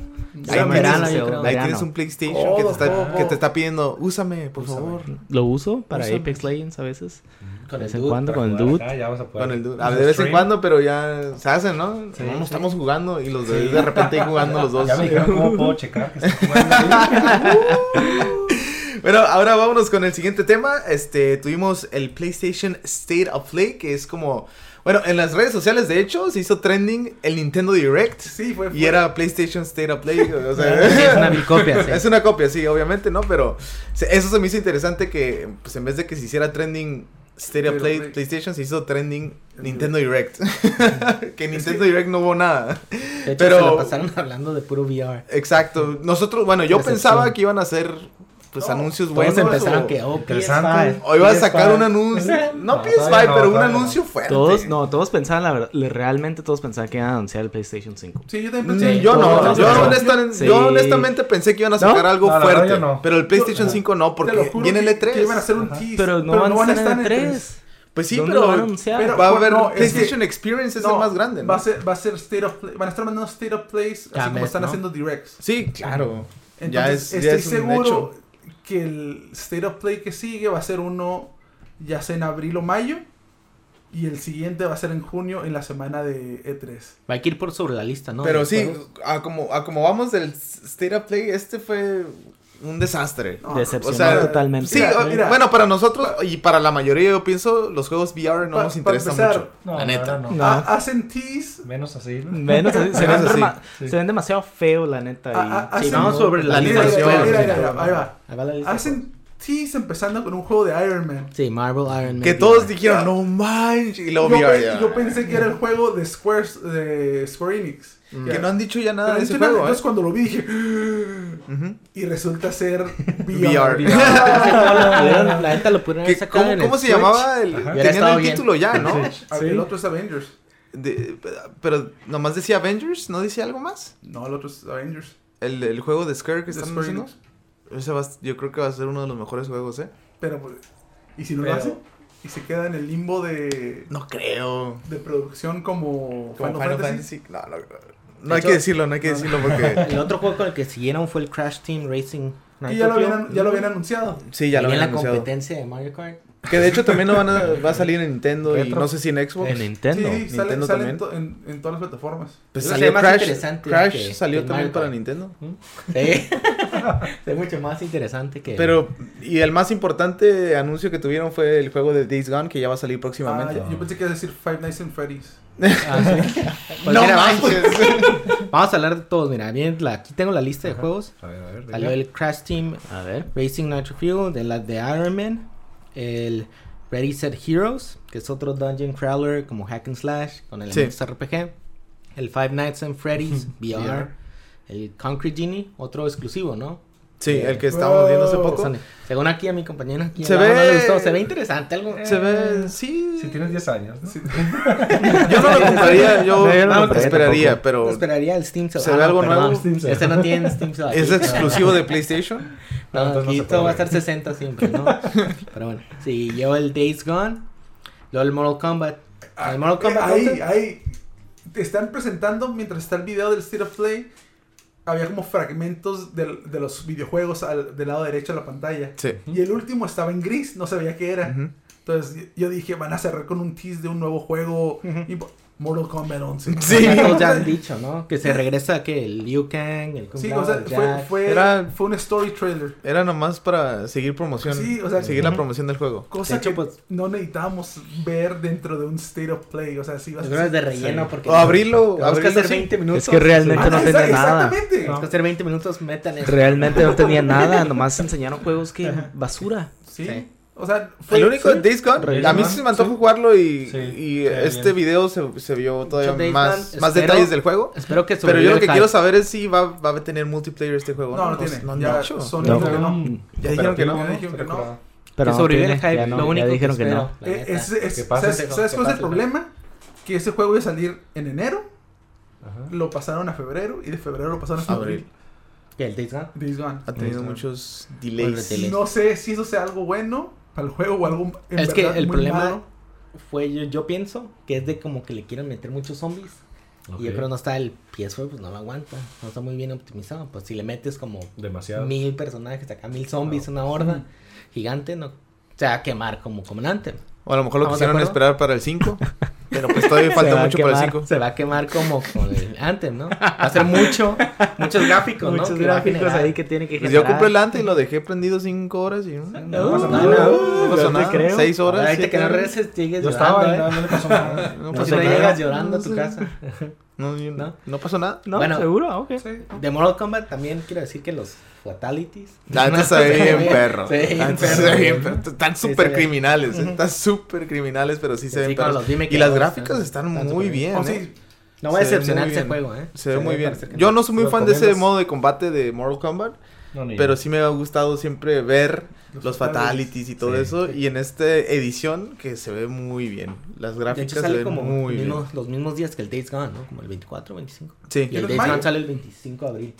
A: Ahí,
C: en verano,
A: tienes,
C: yo creo.
A: ahí
F: Verano.
A: tienes un PlayStation
D: Oh,
A: que, te está,
D: oh, oh.
A: que te está pidiendo, úsame, por favor.
F: Lo uso para
A: Úsame.
F: Apex Legends a veces.
C: con
F: De
C: el
F: vez en
C: dude.
F: cuando con el
B: Para
F: dude.
B: acá ya vamos a poder.
A: Con el dude. A ver, de vez en
B: Stream.
A: cuando, pero ya se hacen, ¿no?
B: Sí,
A: no
B: sí.
A: estamos jugando y los de, de repente ahí jugando los dos.
B: Ya me dijeron cómo puedo checar que está jugando.
A: Bueno, ahora vámonos con el siguiente tema. Este, tuvimos el PlayStation State of Play, que es como. Bueno, en las redes sociales, de hecho, se hizo trending el Nintendo Direct.
D: Sí, fue...
A: Y
D: fue-
A: era PlayStation State of Play. O
C: Sí, es una
A: sea,
C: vil copia, sí.
A: es una copia, sí, obviamente, ¿no? Pero se- eso se me hizo interesante que, pues, en vez de que se hiciera trending State of
D: State of
A: Play
D: Play.
A: PlayStation, se hizo trending
D: El
A: Nintendo Direct. que en Nintendo Direct no hubo nada.
C: De hecho,
A: Pero-
C: se la pasaron hablando de puro VR.
A: Exacto. Nosotros, bueno, yo
C: Decepción.
A: pensaba que iban a hacer, pues,
D: No,
A: anuncios
C: Todos
A: buenos.
C: empezaron
A: o-
C: que, oh,
B: Interesante.
C: PS5.
A: O iba a sacar
B: PS5.
A: un anuncio. No
B: No,
A: PS5,
B: todavía no,
A: pero un
B: todavía no.
A: anuncio fuerte.
F: Todos, no, todos pensaban, la verdad, le- realmente todos pensaban que iban a anunciar el PlayStation 5.
D: Sí, yo también pensé...
A: Mm, yo no,
F: todos
A: yo,
F: pensaron.
A: honestamente,
F: Sí.
A: yo honestamente pensé que iban a sacar algo
B: No, la verdad
A: fuerte.
B: yo no.
A: Pero el PlayStation
D: Ajá.
A: 5 no,
D: eh, Te lo
A: porque
D: juro
A: viene el E
D: que- que iban a
A: E3.
D: hacer un tease,
F: Pero no van a estar en E
D: el
F: 3.
A: Pues sí,
F: ¿Dónde
A: pero
F: lo van a anunciar?
D: pero-
A: va a
D: Bueno,
A: haber
D: no, es
A: PlayStation Experience es el más grande.
D: Va
A: ¿no?
D: a ser, va a ser State of Play. Van a estar mandando State of Plays así
C: Cada
D: como
C: mes,
D: están
C: ¿no?
D: haciendo directs.
A: Sí, claro.
D: Entonces,
A: ya es,
D: estoy
A: ya es un
D: seguro
A: hecho.
D: que el State of Play que sigue va a ser uno ya sea en abril o mayo. Y el siguiente va a ser en junio en la semana de E E3.
C: Hay que ir por sobre la lista, ¿no?
A: pero
C: De
A: sí,
C: juegos.
A: a como, a como vamos del State of Play, este fue un desastre.
D: No,
F: Decepcionó
A: o sea,
F: totalmente.
A: Sí,
D: Mira,
A: o-
D: mira.
A: bueno, para nosotros y para la mayoría, yo pienso, los juegos VR no
D: Pa-
A: nos
D: para
A: interesan
D: empezar,
A: mucho.
B: No,
A: la
B: la
A: neta.
B: verdad no.
F: No.
D: Ha- hacen tease.
B: Menos así. ¿no?
F: Menos así, se, ven
A: Menos así.
F: dema-
B: Sí.
F: se ven demasiado feo, la neta.
D: a- a-
F: y-
D: hacen-
C: Sí, no, sobre la
D: Mira,
C: lista.
D: mira,
A: animación.
D: mira, mira, mira, ahí va.
C: Ahí va la lista.
D: Hacen tease empezando con un juego de Iron Man.
C: Sí, Marvel, Iron Man.
A: Que todos dijeron, no manches. Y
D: Yo,
A: luego VR.
D: pe- yo pensé que era el juego de, Squares, de Square Enix.
A: Mm. Que no han dicho ya nada
D: Pero
A: de
D: no
A: ese
D: hice nada,
A: juego, ¿eh?
D: entonces cuando lo vi dije "Ah", y resulta ser VR.
A: VR.
C: La neta lo pudieron
A: Que
C: haber sacado
A: ¿Cómo,
C: en el
A: cómo se
C: Switch.
A: llamaba? El,
C: Ya
B: Ajá.
C: le estaba
A: tenían el
C: bien.
A: título ya, ¿no?
B: Sí.
D: Ah, El otro es Avengers.
A: De- pero nomás decía Avengers, ¿no decía algo más?
D: No, el otro es Avengers.
A: El, el juego de Square que
D: De
A: están
D: Square
A: haciendo.
D: Enix.
A: Ese va a- yo creo que va a ser uno de los mejores juegos, ¿eh?
D: Pero, pues, ¿y si no
B: Pero-
D: lo hacen? Y se queda en el limbo de,
A: No creo.
D: de producción como,
A: Como
D: Final, Fantasy.
A: No, no, no hay
C: hecho-
A: que decirlo, no hay que decirlo porque...
C: El otro juego con el que siguieron fue el Crash Team Racing.
D: Que ya lo,
C: Tokyo.
D: habían, ya lo habían anunciado.
A: Sí, ya lo
C: Tenía
A: habían
C: la
A: anunciado.
C: competencia de Mario Kart.
A: Que de hecho también no van a- va a salir en Nintendo y
F: Retro.
A: no sé si en Xbox.
F: en Nintendo.
D: sí, sale,
A: Nintendo
D: sale
A: también.
D: en, to- en- en todas las plataformas.
A: Pues
C: Eso se
A: salió
C: ve más
A: Crash,
C: interesante
A: Crash
C: que-
A: salió
C: que
A: también
C: Mario
A: para
C: Kart.
A: Nintendo.
C: Sí. es mucho más interesante que.
A: Pero, y el más importante anuncio que tuvieron fue el juego de Days Gone, que ya va a salir
D: Ah,
A: próximamente.
D: yo, yo pensé que iba a decir Five Nights at Freddy's.
C: Ah, sí. Pues mira, vamos, vamos a hablar de todos. Mira, bien, la- aquí tengo la lista de juegos.
B: A ver, a ver.
C: Salió
B: venga.
C: el Crash Team
F: A ver.
C: Racing Nitro Fuel, de la de Iron Man, el
E: Ready Set Heroes, que es otro dungeon crawler como hack and slash con elementos RPG. El Five Nights at Freddy's VR.
A: VR.
E: El Concrete Genie, otro exclusivo, ¿no?
A: Sí, el que estábamos viendo hace
E: Por
A: poco.
E: Sony. Según aquí a mi compañero aquí
A: Se
E: al lado no le
A: ve-
E: gustó. se ve interesante algo.
A: Se ve, sí.
B: Si tienes 10 años, ¿no?
A: Yo no lo compraría, yo
F: No, yo
A: nada
F: no lo
A: más
F: compraría
A: esperaría,
F: tampoco.
A: pero
E: esperaría el Steam Sale.
A: se ve algo nuevo.
B: Steam Sale.
E: Este no tiene Steam Sale.
A: es
E: Aquí,
A: exclusivo de PlayStation.
E: No,
B: Entonces no
E: aquí
B: se puede
E: todo Ah, va a
B: ver.
E: estar 60 siempre, ¿no? Pero bueno, sí, yo el Days Gone, luego el Mortal Kombat. El Mortal
D: Eh,
E: Kombat
D: ahí,
E: 11,
D: ahí. Te están presentando mientras está el video del State of Play. Había como fragmentos del- de, los videojuegos al- del lado derecho de la pantalla.
A: Sí.
D: Y el último estaba en gris, no sabía qué era.
A: Ujú.
D: Entonces yo dije, van a cerrar con un tease de un nuevo juego. impo- Mortal Kombat 11.
A: Sí.
E: todos ya han dicho, ¿no? Que se regresa que el Liu Kang, el Kung
D: Sí,
E: Lao,
D: o sea,
E: el
D: fue,
E: Jack.
D: fue,
A: Era-
D: fue un story trailer.
A: Era nomás para seguir promoción.
D: Sí, o sea,
A: seguir la promoción del juego.
D: Cosa
E: De hecho,
D: que
E: pues-
D: no necesitábamos ver dentro de un State of Play. O sea, sí Oh,
E: Yo
D: vas
E: creo que es de relleno porque
A: O abrirlo,
E: tenemos que
A: abrirlo,
E: hacer
A: sí.
E: 20 minutos.
F: Es que realmente
D: Ah,
F: no
D: exa-
F: tenía nada.
D: Exactamente.
E: Tenemos que hacer 20 minutos, metan eso.
F: Realmente no tenía nada. Nomás enseñaron juegos que basura.
D: Sí.
E: Sí.
D: O sea, fue.
A: El único
D: fue-
A: Days Gone,
B: Days
A: a mí
B: Gone,
A: se me antoja jugarlo y,
B: Sí,
A: y
B: sí,
A: este
B: bien.
A: video se, se vio todavía
E: Days
A: más,
E: Gone,
A: más
E: espero-
A: detalles del juego.
E: Espero que
A: Pero yo
E: sobreviva
A: lo que
E: el
A: quiero
E: hype.
A: saber es si va, va a tener multiplayer este juego.
D: No, no
A: Pues,
D: tiene.
A: han
D: ya
A: dicho.
D: Sony
F: No.
D: dijo que no.
A: Ya dijeron que no.
D: no,
B: Estaría
D: que no.
B: curado.
E: que
F: Pero no
E: sobrevive
F: tiene,
E: el hype.
F: ya no,
E: lo
F: ya
E: único
F: dijeron que,
E: espero,
F: no.
E: la
D: Eh,
E: neta.
D: es- es-
B: Que pase
D: ¿Sabes,
B: ese juego,
D: sabes
B: que
D: cuál es el
B: pase el
D: problema? Que ese juego iba a salir en enero,
B: Ajá.
D: lo pasaron a febrero y de febrero lo pasaron a
A: Abril. Ah,
D: abril.
E: ¿Qué, el Days Gone?
D: Days Gone.
A: Ha tenido muchos delays.
E: Abril.
D: No sé si eso sea algo bueno para el juego o algo en
E: Es que
D: verdad
E: el
D: muy
E: problema-
D: malo.
E: fue yo, yo pienso que es de como que le quieren meter muchos zombies. Y yo
B: Ok.
E: creo no está el PS4, pues no lo aguanta. No está muy bien optimizado. Pues si le metes como
B: Demasiado.
E: mil personajes acá, mil zombies, una
A: pues,
E: horda gigante, no se va a quemar como comandante.
A: O a lo mejor lo
E: ¿Estamos de
A: quisieron
E: acuerdo?
A: esperar para el 5. Pero pues todavía
E: Se
A: falta
E: va a
A: mucho para el
E: quemar,
A: 5.
E: Se va a quemar como con el antes, ¿no? Va a ser mucho, muchos gráficos, ¿no?
F: Muchos
E: Que va a
F: gráficos
E: generar.
F: ahí que tienen que
A: Pues yo
F: generar.
A: compré el ante y lo dejé prendido 5 horas y no,
B: No pasa
E: Uh,
B: nada.
A: no pasó
F: no te
A: nada.
F: creo.
A: 6 horas.
E: ah, Ahorita
A: siete
E: que no
A: horas.
E: regreses, llegues
B: Yo
E: llorando,
B: estaba ahí,
E: ¿eh?
B: no, no le pasó nada.
A: No
E: No
A: pasó
E: te
A: nada.
E: llegas llorando
A: No
E: a tu
A: sé.
E: casa.
A: No, yo-
E: ¿No?
A: no pasó nada.
F: No,
E: Bueno.
F: seguro, ah, ok.
E: De Mortal Kombat también quiero decir que los fatalities.
A: La neta se ve bien perro.
E: Se ve
A: La
E: bien
A: neta se ve
E: perro.
A: bien perro. Están
E: Sí, se
A: súper
E: ve.
A: criminales. eh. Están súper criminales, pero sí se
E: Sí,
A: ven
E: con
A: perros.
E: los dime
A: Y
E: que
A: las
E: no,
A: gráficas están
E: están- están
A: muy
E: súper
A: bien.
D: Oh,
A: eh.
D: sí,
E: No va a
A: Se ve
E: decepcionar
A: muy
E: ese
A: bien.
E: juego, ¿eh?
A: Se ve muy bien.
E: parece que
A: Yo no soy muy
E: Lo
A: fan de ese
E: recomiendas.
A: modo de combate de Mortal Kombat.
B: No, ni-
A: Pero sí me ha gustado siempre ver los,
D: Los
A: fatalities y todo
B: Sí.
A: eso. Y en esta edición que se ve muy bien. Las
E: De
A: gráficas
E: hecho,
A: se
E: sale
A: ven
E: como
A: muy bien.
E: mismos- los mismos días que el Days Gone, ¿no? Como el 24, 25.
A: Sí.
E: Y el
D: ¿Pero en
E: Days
D: mayo?
E: Gone sale el 25 de abril.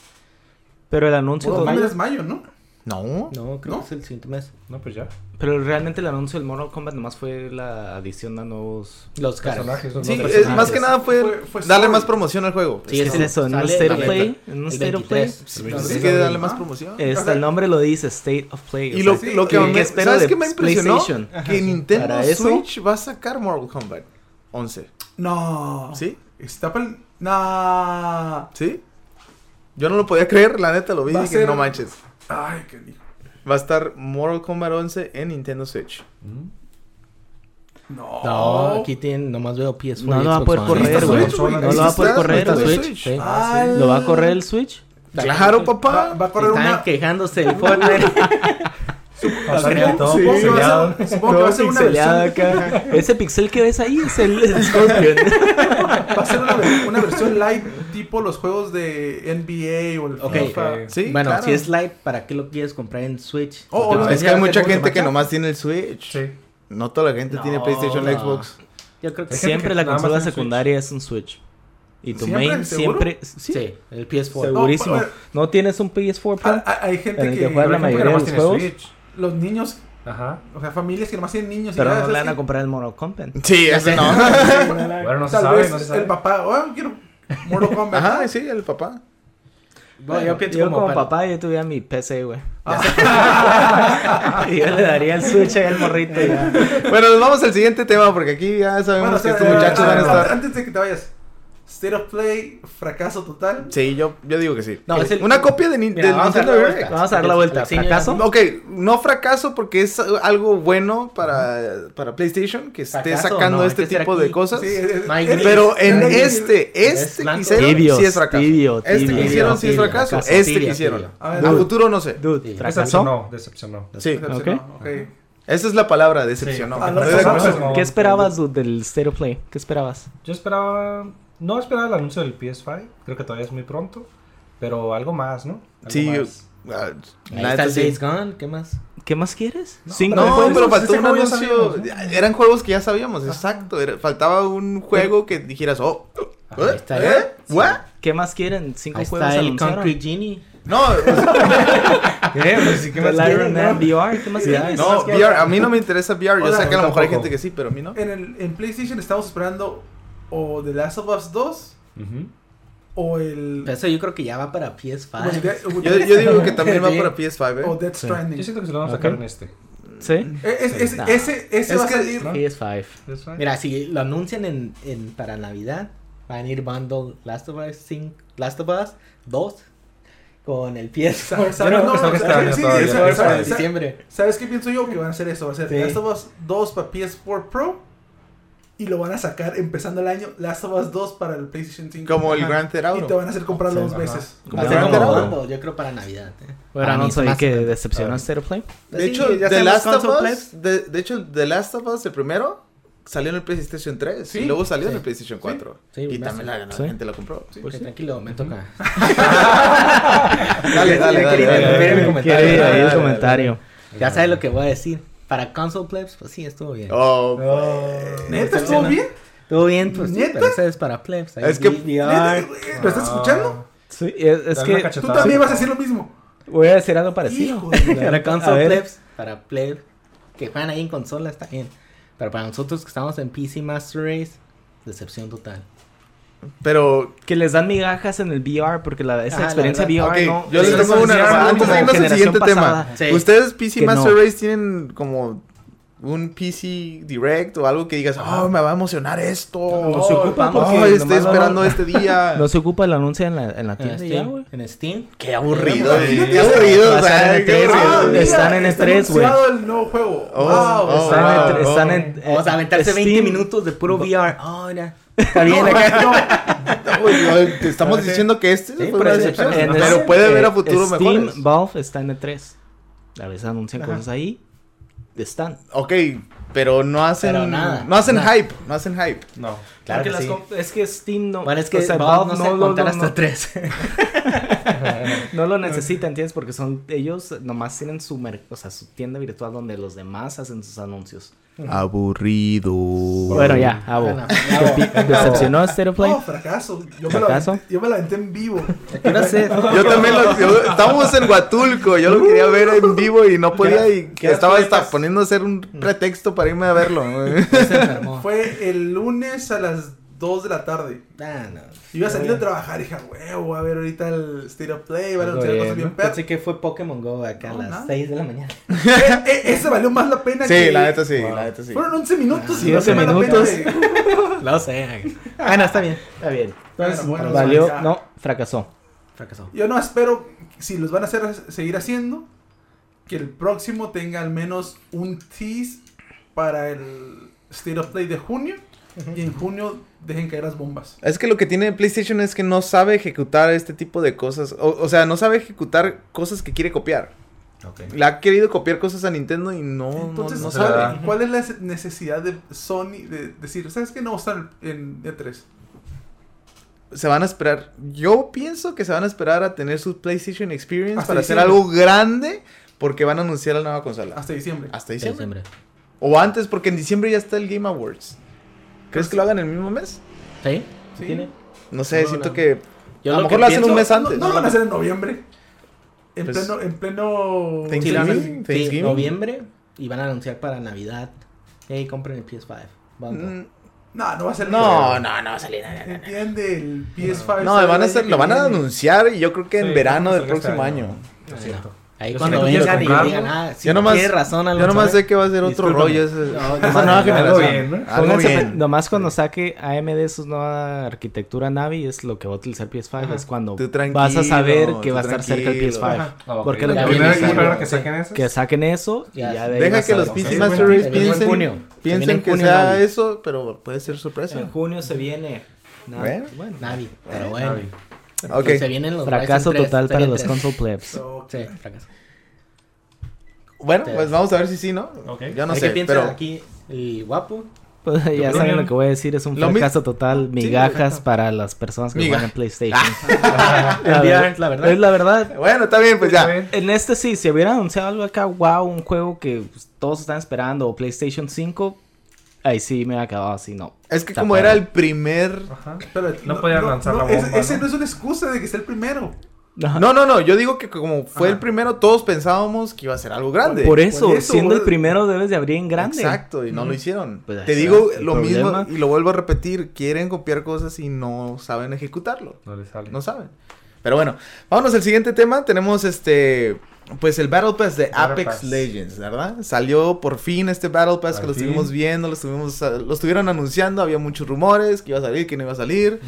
F: Pero el anuncio,
D: Mortal
F: todo-
D: Kombat es mayo, ¿no?
A: No.
E: No, creo
D: ¿No?
E: que es el siguiente mes.
B: No, pues ya.
F: pero realmente el anuncio del Mortal Kombat nomás fue la adición a nuevos.
E: Los caras.
B: Personajes.
A: Sí,
B: no
A: es-
B: personajes.
A: más que nada fue,
D: Fue- fue
A: darle
D: story.
A: más promoción al juego.
E: Sí,
A: Es
F: ¿Qué
E: Eso
F: es eso? ¿En un
E: sale
F: state
E: la
F: of play?
E: neta.
F: ¿En un
E: El
F: state of play?
E: 23.
A: que-
D: Pues,
A: es
D: sí.
A: que darle más
D: Ah.
A: promoción.
F: Este, el nombre lo dice, State of Play. o
A: Y lo,
F: sea,
D: sí,
A: lo que
D: ¿qué-
A: me,
F: qué espero
A: ¿sabes
F: de
A: qué me impresionó?
F: PlayStation?
A: Que Nintendo
F: Para eso-
A: Switch va a sacar Mortal Kombat 11.
D: No.
A: ¿Sí?
D: Está para el... No.
A: ¿Sí? Yo no lo podía creer, la neta lo vi y
D: Va a
A: dije,
D: ser-
A: no manches.
D: Ay, qué hijo.
A: Va a estar Mortal Kombat 11 en Nintendo Switch.
B: Mm.
D: No.
E: No, aquí tienen, nomás veo PS4.
F: Oh, No
E: y
F: lo va a
E: Xbox
F: poder
E: One.
F: correr,
D: Está
F: güey.
D: Switch, güey.
F: No lo va a poder correr
A: Está
F: el
A: Switch.
F: Switch. Sí.
D: Ay.
F: ¿Lo va a correr el Switch?
A: Claro,
D: Va,
A: papá.
D: va a correr
E: Están
D: una...
E: quejándose el Fortnite.
B: O sea, que todo
D: Sí,
B: pixeleado.
D: sí, Supongo que va a ser una
F: pixeleado
D: versión,
F: acá. Ese pixel que ves ahí es el el Scorpion.
D: va a ser una, ver- una versión live tipo los juegos de NBA o el
E: Ok.
D: FIFA.
B: Ok.
A: Sí,
E: bueno,
A: claro.
E: si es Lite, ¿para qué lo quieres comprar en Switch?
D: Oh,
E: Porque
D: oh,
E: los
A: Es que hay
E: PlayStation
A: mucha
E: Xbox
A: gente
E: se
A: que
E: marcha.
A: nomás tiene el Switch.
B: Sí.
A: No toda la gente tiene
E: No,
A: PlayStation
E: no.
A: Xbox.
E: Yo creo que sí.
F: Siempre la
B: nada más
F: consola
B: es un
F: secundaria es un Switch. Y tu
D: ¿Siempre?
F: main
D: ¿Seguro?
F: siempre. Sí,
E: Sí, el PS4.
D: Seguro.
F: segurísimo.
D: No, pero-
F: ¿No tienes un PS4 Pro?
D: Ah, ah, Hay gente
F: En el
D: que,
F: que juega la
B: Pero
F: mayoría de
B: nomás
F: los
B: tiene
F: juegos.
B: Switch.
D: los niños,
B: Ajá.
D: o sea, familias que nomás tienen niños y
F: Pero no
D: nada,
F: le
D: ¿sabes
F: van a
D: qué?
F: comprar el Mortal Kombat.
A: Sí, ese no.
B: Bueno, no se
D: Tal
B: sabe,
D: vez
B: no se
D: el
B: sabe.
D: papá, oh, quiero Mortal Kombat.
A: Ajá, sí, el papá.
E: Bueno, yo pienso
F: Yo
E: como,
F: como
E: para-
F: papá, yo tuviera mi PC, güey. y yo le daría el Switch ahí al morrito. ya.
A: Bueno, nos vamos al siguiente tema porque aquí ya
D: Bueno,
A: sabemos
D: o sea,
A: que estos muchachos
D: eh,
A: van a
D: eh,
A: estar.
D: Antes de que te vayas, State of Play, fracaso total.
A: Sí, yo, yo digo que sí.
E: No, es el-
A: Una copia de, Nin-
E: Mira,
A: del
E: vamos a
A: Nintendo
E: darle
A: Direct.
E: vuelta.
F: Vamos a dar la vuelta.
E: Alexiño,
F: ¿Acaso?
A: Ok, no fracaso porque es algo bueno para, para PlayStation que esté
E: Fracaso,
A: sacando
E: no, hay
A: este
E: que ser
A: tipo de
E: aquí.
A: cosas.
D: Sí, es- es-
E: My
D: es-
E: Green.
A: Pero en
D: es-
A: este,
E: Es
A: este que
E: blanco.
A: hicieron
F: Tibio,
A: sí es fracaso.
F: tibio,
A: este que
F: tibio,
A: hicieron sí es
E: tibio,
A: fracaso.
E: fracaso,
A: este
E: tibio,
A: que hicieron.
E: tibio.
D: A
A: A
D: ver,
A: futuro no sé.
F: Dude,
E: Sí.
F: fracasó.
B: Decepcionó, decepcionó.
A: Sí.
D: Decepcionó,
F: Ok.
D: ok.
A: Esa es la palabra, decepcionó.
D: Ah, no,
A: Estoy de
D: no,
A: acuerdo.
D: no, no.
F: ¿Qué esperabas dude, del Stereo Play? ¿Qué esperabas?
B: Yo esperaba. No esperaba el anuncio del PS5. Creo que todavía es muy pronto. Pero algo más, ¿no? Algo
A: Sí,
B: más.
A: Ah, la
E: Ahí está
A: neta
E: el
A: sí.
E: Days Gone, ¿qué más?
F: ¿Qué más quieres?
B: No,
F: Cinco
A: No,
B: juegos,
A: pero faltó un
B: ese juego ya
A: anuncio.
B: sabíamos, ¿no?
A: Eran juegos que ya sabíamos, exacto. Era- faltaba un juego que dijeras, oh, ¿eh?
E: ahí está,
A: ¿Eh?
E: ¿eh?
A: ¿What?
F: ¿Qué más quieren? Cinco
E: Ahí
F: juegos
E: está el
F: anunciaron.
E: Concrete Genie.
A: No, pues,
B: ¿Qué? Pues, sí, ¿Qué más
F: El Iron
B: quieren, no?
F: Man VR, ¿qué más quieres?
A: no, VR, a mí no me interesa VR. Yo
D: Hola,
A: sé que a
B: yo
A: lo mejor hay
B: tampoco.
A: gente que sí, pero a mí no.
D: En, el, en PlayStation estamos esperando o The Last of Us 2 o el.
E: Pero eso yo creo que ya va para PS5.
A: Pues
D: o el de- o
A: Yo,
D: Death-
A: yo digo que también va
E: Sí.
A: para PS5. ¿eh?
D: o Death Stranding.
B: Yo siento que se lo van a sacar
F: Ok.
B: en este.
F: ¿Sí?
D: Eh, es- es-
F: Nah.
D: Ese, ese
A: Es
D: va a
A: que-
D: salir.
B: ¿no?
F: PS5.
B: PS5.
E: Mira, si lo anuncian en, en- para Navidad, van a ir bundle Last of Us 5, Last of Us 2 con el PS.
D: Sa- sa-
B: Yo no
D: no,
B: creo que salga este año
D: sí, sí,
B: todavía.
D: sa-
B: Pero
D: sa-
E: Para
B: para
D: sa-
E: diciembre.
D: ¿Sabes qué pienso yo? Que van a hacer eso. Va a ser
E: Sí.
D: Last of Us 2 para PS4 Pro. Y lo van a sacar empezando el año. Last of Us 2 para el PlayStation 5.
A: Como el
D: Ajá.
A: Grand Theft
D: Y te
A: Auto.
D: van a hacer comprarlo
B: Sí,
D: dos
B: ajá.
D: veces.
F: Ah,
E: Va a
A: Como
E: ser
A: Grand
E: como
A: Theft
F: Pero-
A: Auto.
E: bundle, yo creo para Navidad. eh.
F: Bueno,
E: Para mí
F: no
E: se me
F: sabía
E: hace-
F: que decepcionó Stereo Play.
A: De
E: Sí,
A: hecho,
E: ya
A: The
E: sabemos
A: Last of
E: console
A: Us,
E: play.
A: de, de hecho, The Last of Us, el primero, salió en el PlayStation 3 y
D: Sí.
A: luego salió en
E: Sí.
A: el PlayStation 4.
E: Sí, Pues
A: y
E: me
A: también la,
E: hace-
A: la
F: Pues Sí.
A: gente la compró.
E: Ok, tranquilo, me toca.
A: Dale, dale, dale.
E: Quería
A: dale, dale.
E: ver mi
F: ¿Qué
E: comentario.
F: hay
A: dale,
F: ahí
A: dale,
F: el
A: dale.
F: comentario?
E: Ya sabes lo que voy a decir. Para console plebs, pues sí, estuvo bien.
A: Oh,
D: ¿Neta estuvo bien?
E: Estuvo bien, pues sí,
D: ¿Neta?
E: pero eso es para plebs. Ahí
A: Es que-
E: vi- vi-
D: ¿Neta? ¿Lo estás
B: Ah.
D: escuchando?
F: Sí, es, es
B: Dale una
F: que
B: cachetada.
D: Tú también vas a decir lo mismo.
F: voy a decir algo parecido.
D: Hijo de-
E: Para
F: A
E: console
F: ver.
E: plebs, para pleb que juegan ahí en consola está bien. Pero para nosotros que estamos en PC Master Race, decepción total.
A: Pero
F: Que les dan migajas en el VR porque la, esa
E: Ah, la
F: experiencia
E: verdad.
F: VR
A: Ok,
F: no.
A: yo les
F: ellos
A: tengo una.
F: hicieron
A: ah,
F: algo
A: Antes de
F: como
A: irnos al
F: generación
A: siguiente
F: pasada.
A: tema. Pues,
E: Sí.
A: Ustedes PC
F: Que no.
A: Master Race tienen como un PC Direct o algo que digas, oh, me va a emocionar esto.
F: No se ocupa
A: Oh,
F: porque
A: estoy
F: nomás no-
A: esperando este día.
F: No se ocupa el anuncio en la, en la
E: En
F: tienda ya, güey.
E: Steam, en Steam,
A: Qué aburrido.
D: Sí.
A: Qué aburrido. o
F: Pasan
A: sea,
F: en
A: qué
F: tres,
A: aburrido.
F: Ah, mira,
D: Están
F: están en estrés, güey.
D: anunciado el nuevo juego.
A: Oh,
D: wow.
A: oh,
D: está-
A: wow.
F: Están en- están en. eh,
E: Vamos a aventarse 20
F: Steam.
E: minutos de puro VR. Oh, ya.
F: Está bien, acá.
A: Uy, eh, Te estamos diciendo que este fue
E: pero
A: una
E: es-
A: decepción.
E: pero-
A: Pero puede haber a futuro
F: eh, Steam,
A: mejores.
F: Valve está en E3. A veces anuncian cosas ahí. Están.
A: Ok, pero no hacen.
E: Pero nada.
A: No hacen
E: Nada.
A: hype. No hacen hype.
B: No.
E: Claro
F: Porque
E: que
F: las
E: sí.
F: com- es que Steam no.
E: Bueno, es que
F: o sea,
E: Valve no,
F: lo-
E: no contar
F: no-
E: hasta tres.
F: no lo necesitan, ¿entiendes? Porque son ellos nomás tienen su, mer- o sea, su tienda virtual donde los demás hacen sus anuncios.
A: Aburrido.
F: Bueno, ya, Abo.
E: Ah, no, bravo.
F: ¿Decepcionó a Stereo Play?
D: No, Oh, fracaso. Yo me, lo
F: ¿Fracaso?
D: aventé, yo me la aventé en vivo.
E: ¿Qué hora es?
A: Yo también lo. yo- estábamos en Huatulco. Yo lo quería ver en vivo y no podía. Y
B: ¿Qué edad
A: estaba
B: tú
A: hasta
B: llevas?
A: poniendo a hacer un pretexto para irme a verlo.
E: Se enfermó.
D: Fue el lunes a las 2 de la tarde.
E: Ah, no.
D: Iba saliendo a trabajar, hija, huevo, a ver ahorita el State of Play, van a
F: Pues,
B: Algo
D: anunciar
F: eh,
B: bien,
D: cosas bien
B: ¿no?
D: perras.
E: Pensé que fue Pokémon Go acá
D: No,
E: a las
D: nada.
E: 6 de la mañana.
D: Eh, eh, ese valió más la pena que...
A: Sí, la neta sí,
B: Wow.
A: la neta sí.
D: Fueron 11 minutos
F: Sí, 11
D: valió la pena de-
E: Lo sé. Ah, no, está bien.
F: Está bien.
D: Bueno, bueno,
F: Valió,
D: ya.
F: no, fracasó.
E: Fracasó.
D: Yo no espero, si los van a hacer seguir haciendo, que el próximo tenga al menos un tease para el State of Play de junio. Y en junio dejen caer las bombas.
A: Es que lo que tiene PlayStation es que no sabe ejecutar este tipo de cosas. O, o sea, no sabe ejecutar cosas que quiere copiar.
B: Ok.
A: Le ha querido copiar cosas a Nintendo y no, no-
D: Entonces,
A: no,
B: o sea,
A: sabe.
B: sabe.
D: ¿cuál es la necesidad de Sony de decir, ¿sabes qué? No vamos a estar en E E3.
A: Se van a esperar. Yo pienso que se van a esperar a tener su PlayStation Experience
D: Hasta
A: para hacer
D: diciembre.
A: algo grande porque van a anunciar la nueva consola. Hasta,
D: Hasta diciembre.
A: diciembre.
E: Diciembre.
A: O antes, porque en diciembre ya está el Game Awards. ¿Crees que lo hagan el mismo mes?
E: ¿Sí?
D: Sí.
E: ¿Tiene?
A: No sé,
E: No,
A: siento
E: no.
A: que.
E: Yo
A: a
E: lo
A: lo
E: que
A: mejor lo hacen
E: pienso-
A: un mes
D: No,
A: antes.
D: No, no lo van a hacer en noviembre. En
A: Pues-
D: pleno... En pleno...
A: Thank-
E: Sí, lo van a-
A: Thanksgiving,
E: sí,
A: Thanksgiving.
E: noviembre y van a anunciar para Navidad. Hey, compren el PS5. Vamos.
A: Mm,
D: No, no va a ser...
A: No, no, no va a salir nada.
D: ¿Se entiende? El PS5...
A: No,
D: sale
A: lo van a
D: el
A: hacer,
D: año
A: lo
D: que
A: van a
D: viene.
A: anunciar y yo creo que en
B: Sí,
A: verano del
B: creo que
A: próximo
B: salga este
A: año.
B: año.
E: Ah,
B: Es cierto.
E: no. Ahí
B: Yo
E: cuando
B: siento que
E: vengan y
B: quieres
E: digan,
B: comprarlo.
E: ah, sí,
A: Yo nomás-
E: tienes razón,
A: Yo
F: ¿eh?".
A: nomás sé que va a ser otro
E: Discúlpame.
A: rollo ese-
E: No,
A: esa nueva
E: no,
B: algo
A: generación.
B: bien, ¿no?
A: Algo
F: Pónganse pe-
A: bien.
F: nomás cuando saque AMD su nueva arquitectura Navi es lo que va a utilizar PS5
B: Ajá.
F: es cuando
A: Tú
F: vas a saber
A: tranquilo,
F: que
A: tú
F: va a estar cerca el
A: tranquilo.
F: PS5.
D: Ajá.
B: Ah, ok.
F: Porque lo
E: Ya viene
F: que
B: primero hay que
E: saliendo.
B: esperar a que saquen eso.
F: Que saquen eso y
E: Ya.
F: ya de ahí
A: Deja
F: vas
A: que
F: a-
A: los
B: ok,
A: PC
B: bueno,
A: Master
B: se
A: Race
B: viene en
E: junio.
A: piensen,
E: Se viene
A: piensen
E: en
A: que
E: junio,
A: sea
E: Navi.
A: eso, pero puede ser sorpresa.
F: En junio se viene. Nada,
A: Bueno.
F: bueno.
E: Navi, pero bueno.
B: Navi.
A: Ok.
E: Pues Se vienen los
F: Fracaso
E: Ryzen 3,
F: total para
E: serie
F: los
E: 3.
F: console plebs.
D: So,
E: Sí, fracaso.
A: Bueno, pues vamos a ver si sí, ¿no?
B: Ok.
A: Yo no
C: ¿Qué
A: sé,
C: piensa
A: pero...
C: aquí el guapo?
F: Pues ya saben lo que voy a decir, es un
A: Lo mi-
F: fracaso total, migajas para las personas que
A: Miga-
F: juegan PlayStation.
C: El VR, la
F: Es
C: verdad.
F: la verdad.
A: Bueno, está bien, pues ya.
F: En este sí, si hubiera anunciado algo acá, wow, un juego que pues, todos están esperando, o PlayStation 5, ahí sí me ha quedado así, no.
A: Es que
F: Está
A: como
F: padre.
A: era el primer...
B: Ajá.
D: Pero
B: No podían lanzar la
D: ese-
B: bomba,
D: Ese
B: ¿no?
D: ¿no? es una excusa de que sea el primero.
A: No, no, no, yo digo que como fue
D: Ajá.
A: el primero, todos pensábamos que iba a ser algo grande.
F: Por eso,
D: por eso,
F: siendo el
D: güey.
F: primero debes de abrir en grande.
A: Exacto, y no lo hicieron.
F: Pues ahí
A: Te
F: está
A: digo
F: el
A: lo
F: problema.
A: mismo y lo vuelvo a repetir, quieren copiar cosas y no saben ejecutarlo.
B: No le sale.
A: No saben. Pero bueno, vámonos al siguiente tema. Tenemos este. Pues el Battle Pass de
B: Battle
A: Apex
B: Pass.
A: Legends, ¿verdad? Salió por fin este Battle Pass que
B: Al
A: lo
B: fin.
A: estuvimos viendo, lo, estuvimos, eh, lo estuvieron anunciando, había muchos rumores que iba a salir, que no iba a salir.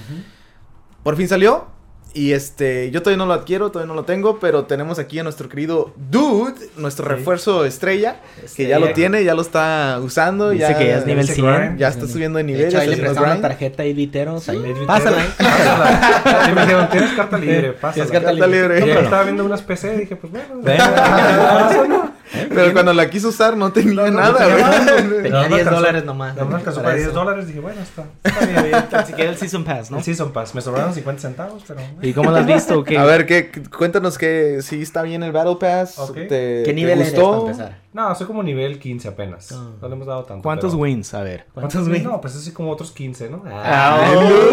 A: Por fin salió. Y este, yo todavía no lo adquiero, todavía no lo tengo, pero tenemos aquí a nuestro querido Dude, nuestro
B: Sí.
A: refuerzo estrella, que ya
F: Estrella.
A: lo tiene, ya lo está usando.
F: Dice
A: ya,
F: que ya es nivel
B: Dice
F: 100.
A: ya está subiendo de nivel.
C: De hecho, ahí
A: está
C: le
A: haciendo
C: prestaron una
A: grind.
C: tarjeta y literos. ahí.
B: Edwin,
C: Pásala.
B: tienes- Pásala. Sí, me dijeron, tienes carta libre, pásala.
C: carta
A: Carta libre.
B: Yo
A: libre.
B: estaba viendo unas PC y dije, pues bueno.
A: Pero cuando la quiso usar no tenía nada,
B: tenía
A: güey.
C: Tenía 10 dólares nomás.
B: La marca
C: para
B: para 10
C: eso.
B: dólares, dije, bueno, está. está bien,
F: Ni siquiera el Season Pass, ¿no?
B: El Season Pass. Me sobraron 50 centavos, pero. eh, bueno.
F: ¿Y cómo lo has visto? o qué?
A: A ver, ¿qué, cuéntanos que si está bien el Battle Pass.
B: Ok.
A: ¿Te,
C: ¿Qué
A: te
C: nivel eres para
A: gustó?
C: empezar?
B: No, soy como nivel 15 apenas.
C: Ah.
B: No le hemos dado tanto.
F: ¿Cuántos
B: pero-
F: wins? A ver.
B: ¿Cuántos wins? No, pues así como otros 15, ¿no?
F: Ah,
B: Ah,
A: Ah,
F: Oh,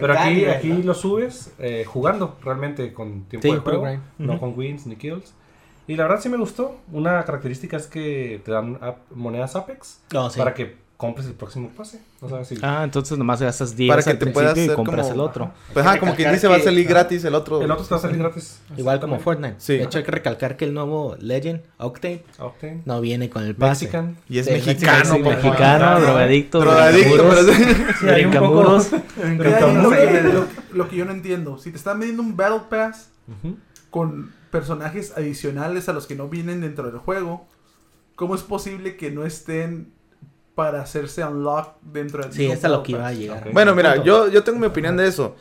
B: Pero aquí, aquí lo subes eh, jugando realmente con tiempo
C: Sí,
B: de juego,
C: puro grind.
B: no
C: Ujú.
B: con wins ni kills. Y la verdad sí me gustó. Una característica es que te dan ap- monedas Apex
C: No, sí.
B: para que compres el próximo pase. O sea, si
F: Ah, entonces nomás gastas 10
A: oh. Para que
F: al
A: te puedas
F: principio y
A: hacer
F: compras
A: como-
F: el otro.
A: Pues ajá, como quien
C: recalcar
A: dice, va a
C: que-
A: salir gratis el otro.
B: el otro te va a salir gratis.
C: Igual como
B: Exactamente.
C: Fortnite.
A: Sí.
C: De hecho, hay que recalcar que el nuevo Legend, Octane,
B: Octane.
C: no viene con el pase.
B: Mexican.
A: Y es
C: Sí,
A: mexicano,
F: Sí,
A: papá.
F: mexicano, drogadicto.
A: Drogadicto,
F: brincamuros,
A: pero...
B: Sí, hay un poco.
F: brincamuros.
D: Pero ahí
B: Entonces-
D: lo, que, lo que- lo que yo no entiendo. Si te están vendiendo un Battle Pass
B: Ujú.
D: con personajes adicionales a los que no vienen dentro del juego, ¿cómo es posible que no estén para hacerse unlock dentro del
C: Sí,
D: mismo
C: es a lo
D: Battle
C: que iba a
D: Pass?
C: llegar.
B: Ok.
A: Bueno, mira, yo, yo tengo mi opinión de eso.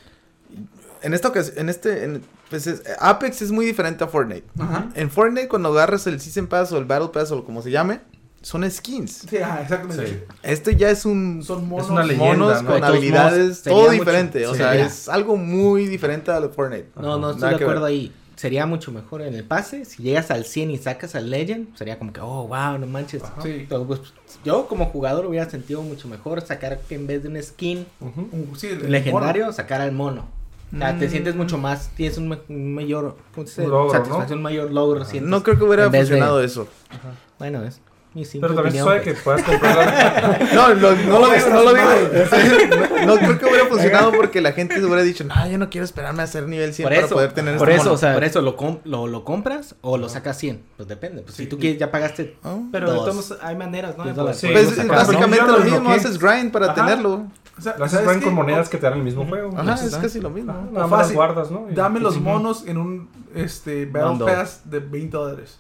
A: En esta ocasión, en este... en- pues es- Apex es muy diferente a Fortnite.
D: Ajá.
A: En Fortnite, cuando agarras el Season Pass o el Battle Pass o como se llame, son skins.
D: Sí, ajá, exactamente.
B: Sí.
A: Este ya es un...
D: Son monos.
B: Es una leyenda.
A: monos
B: ¿no?
C: De todos
A: con
C: modos,
A: habilidades,
C: sería
A: todo
C: mucho.
A: diferente. O
C: Sí,
A: sea,
C: sería.
A: es algo muy diferente a lo de Fortnite.
C: No, no
A: Nada
C: estoy
A: que
C: de acuerdo
A: ver.
C: ahí. Sería mucho mejor en el pase. Si llegas al 100 y sacas al Legend, sería como que, oh, wow, no manches.
D: Sí.
C: Pero, pues, yo como jugador hubiera sentido mucho mejor sacar que en vez de un skin
B: Ujú.
D: Un- sí, el
C: legendario,
D: mono.
C: sacar al mono. O sea,
D: Mm.
C: te sientes mucho más, tienes un, ma- un mayor ¿cómo se dice?
B: Un logro,
C: satisfacción, mayor logro. sientes.
A: No creo que hubiera
C: En vez de-
A: funcionado eso.
C: Bueno, es mi simple
B: Pero también
C: opinión,
B: sabe que
C: pues.
B: puedas comprar. la-
A: No, lo- no lo digo, no lo digo. No creo que hubiera funcionado porque la gente hubiera dicho, no, yo no quiero esperarme a ser nivel 100
C: Por
A: para
C: eso,
A: poder tener
F: por
A: este
F: eso,
A: mono".
F: o sea-
C: Por eso, ¿lo, com- lo, lo compras o lo sacas 100? Pues depende. Pues, Si tú quieres, ya pagaste.
A: Ah.
F: Pero
C: Dos.
F: entonces hay maneras, ¿no? De poder-
B: Sí.
A: Pues
B: lo sacas,
A: básicamente lo
B: ¿no? Yo lo
A: mismo,
B: bloqueé.
A: haces grind para
B: Ajá.
A: tenerlo.
D: O sea,
B: Lo haces
D: ¿sabes
B: van
D: qué?
B: con monedas que te dan el mismo juego.
A: Ajá, es casi lo mismo.
B: Ajá,
D: O
B: Nada más las
D: fácil.
B: guardas, ¿no? Y-
D: Dame los
B: Ujú.
D: monos en un este Battle
F: Bundle.
D: Pass de 20 dólares.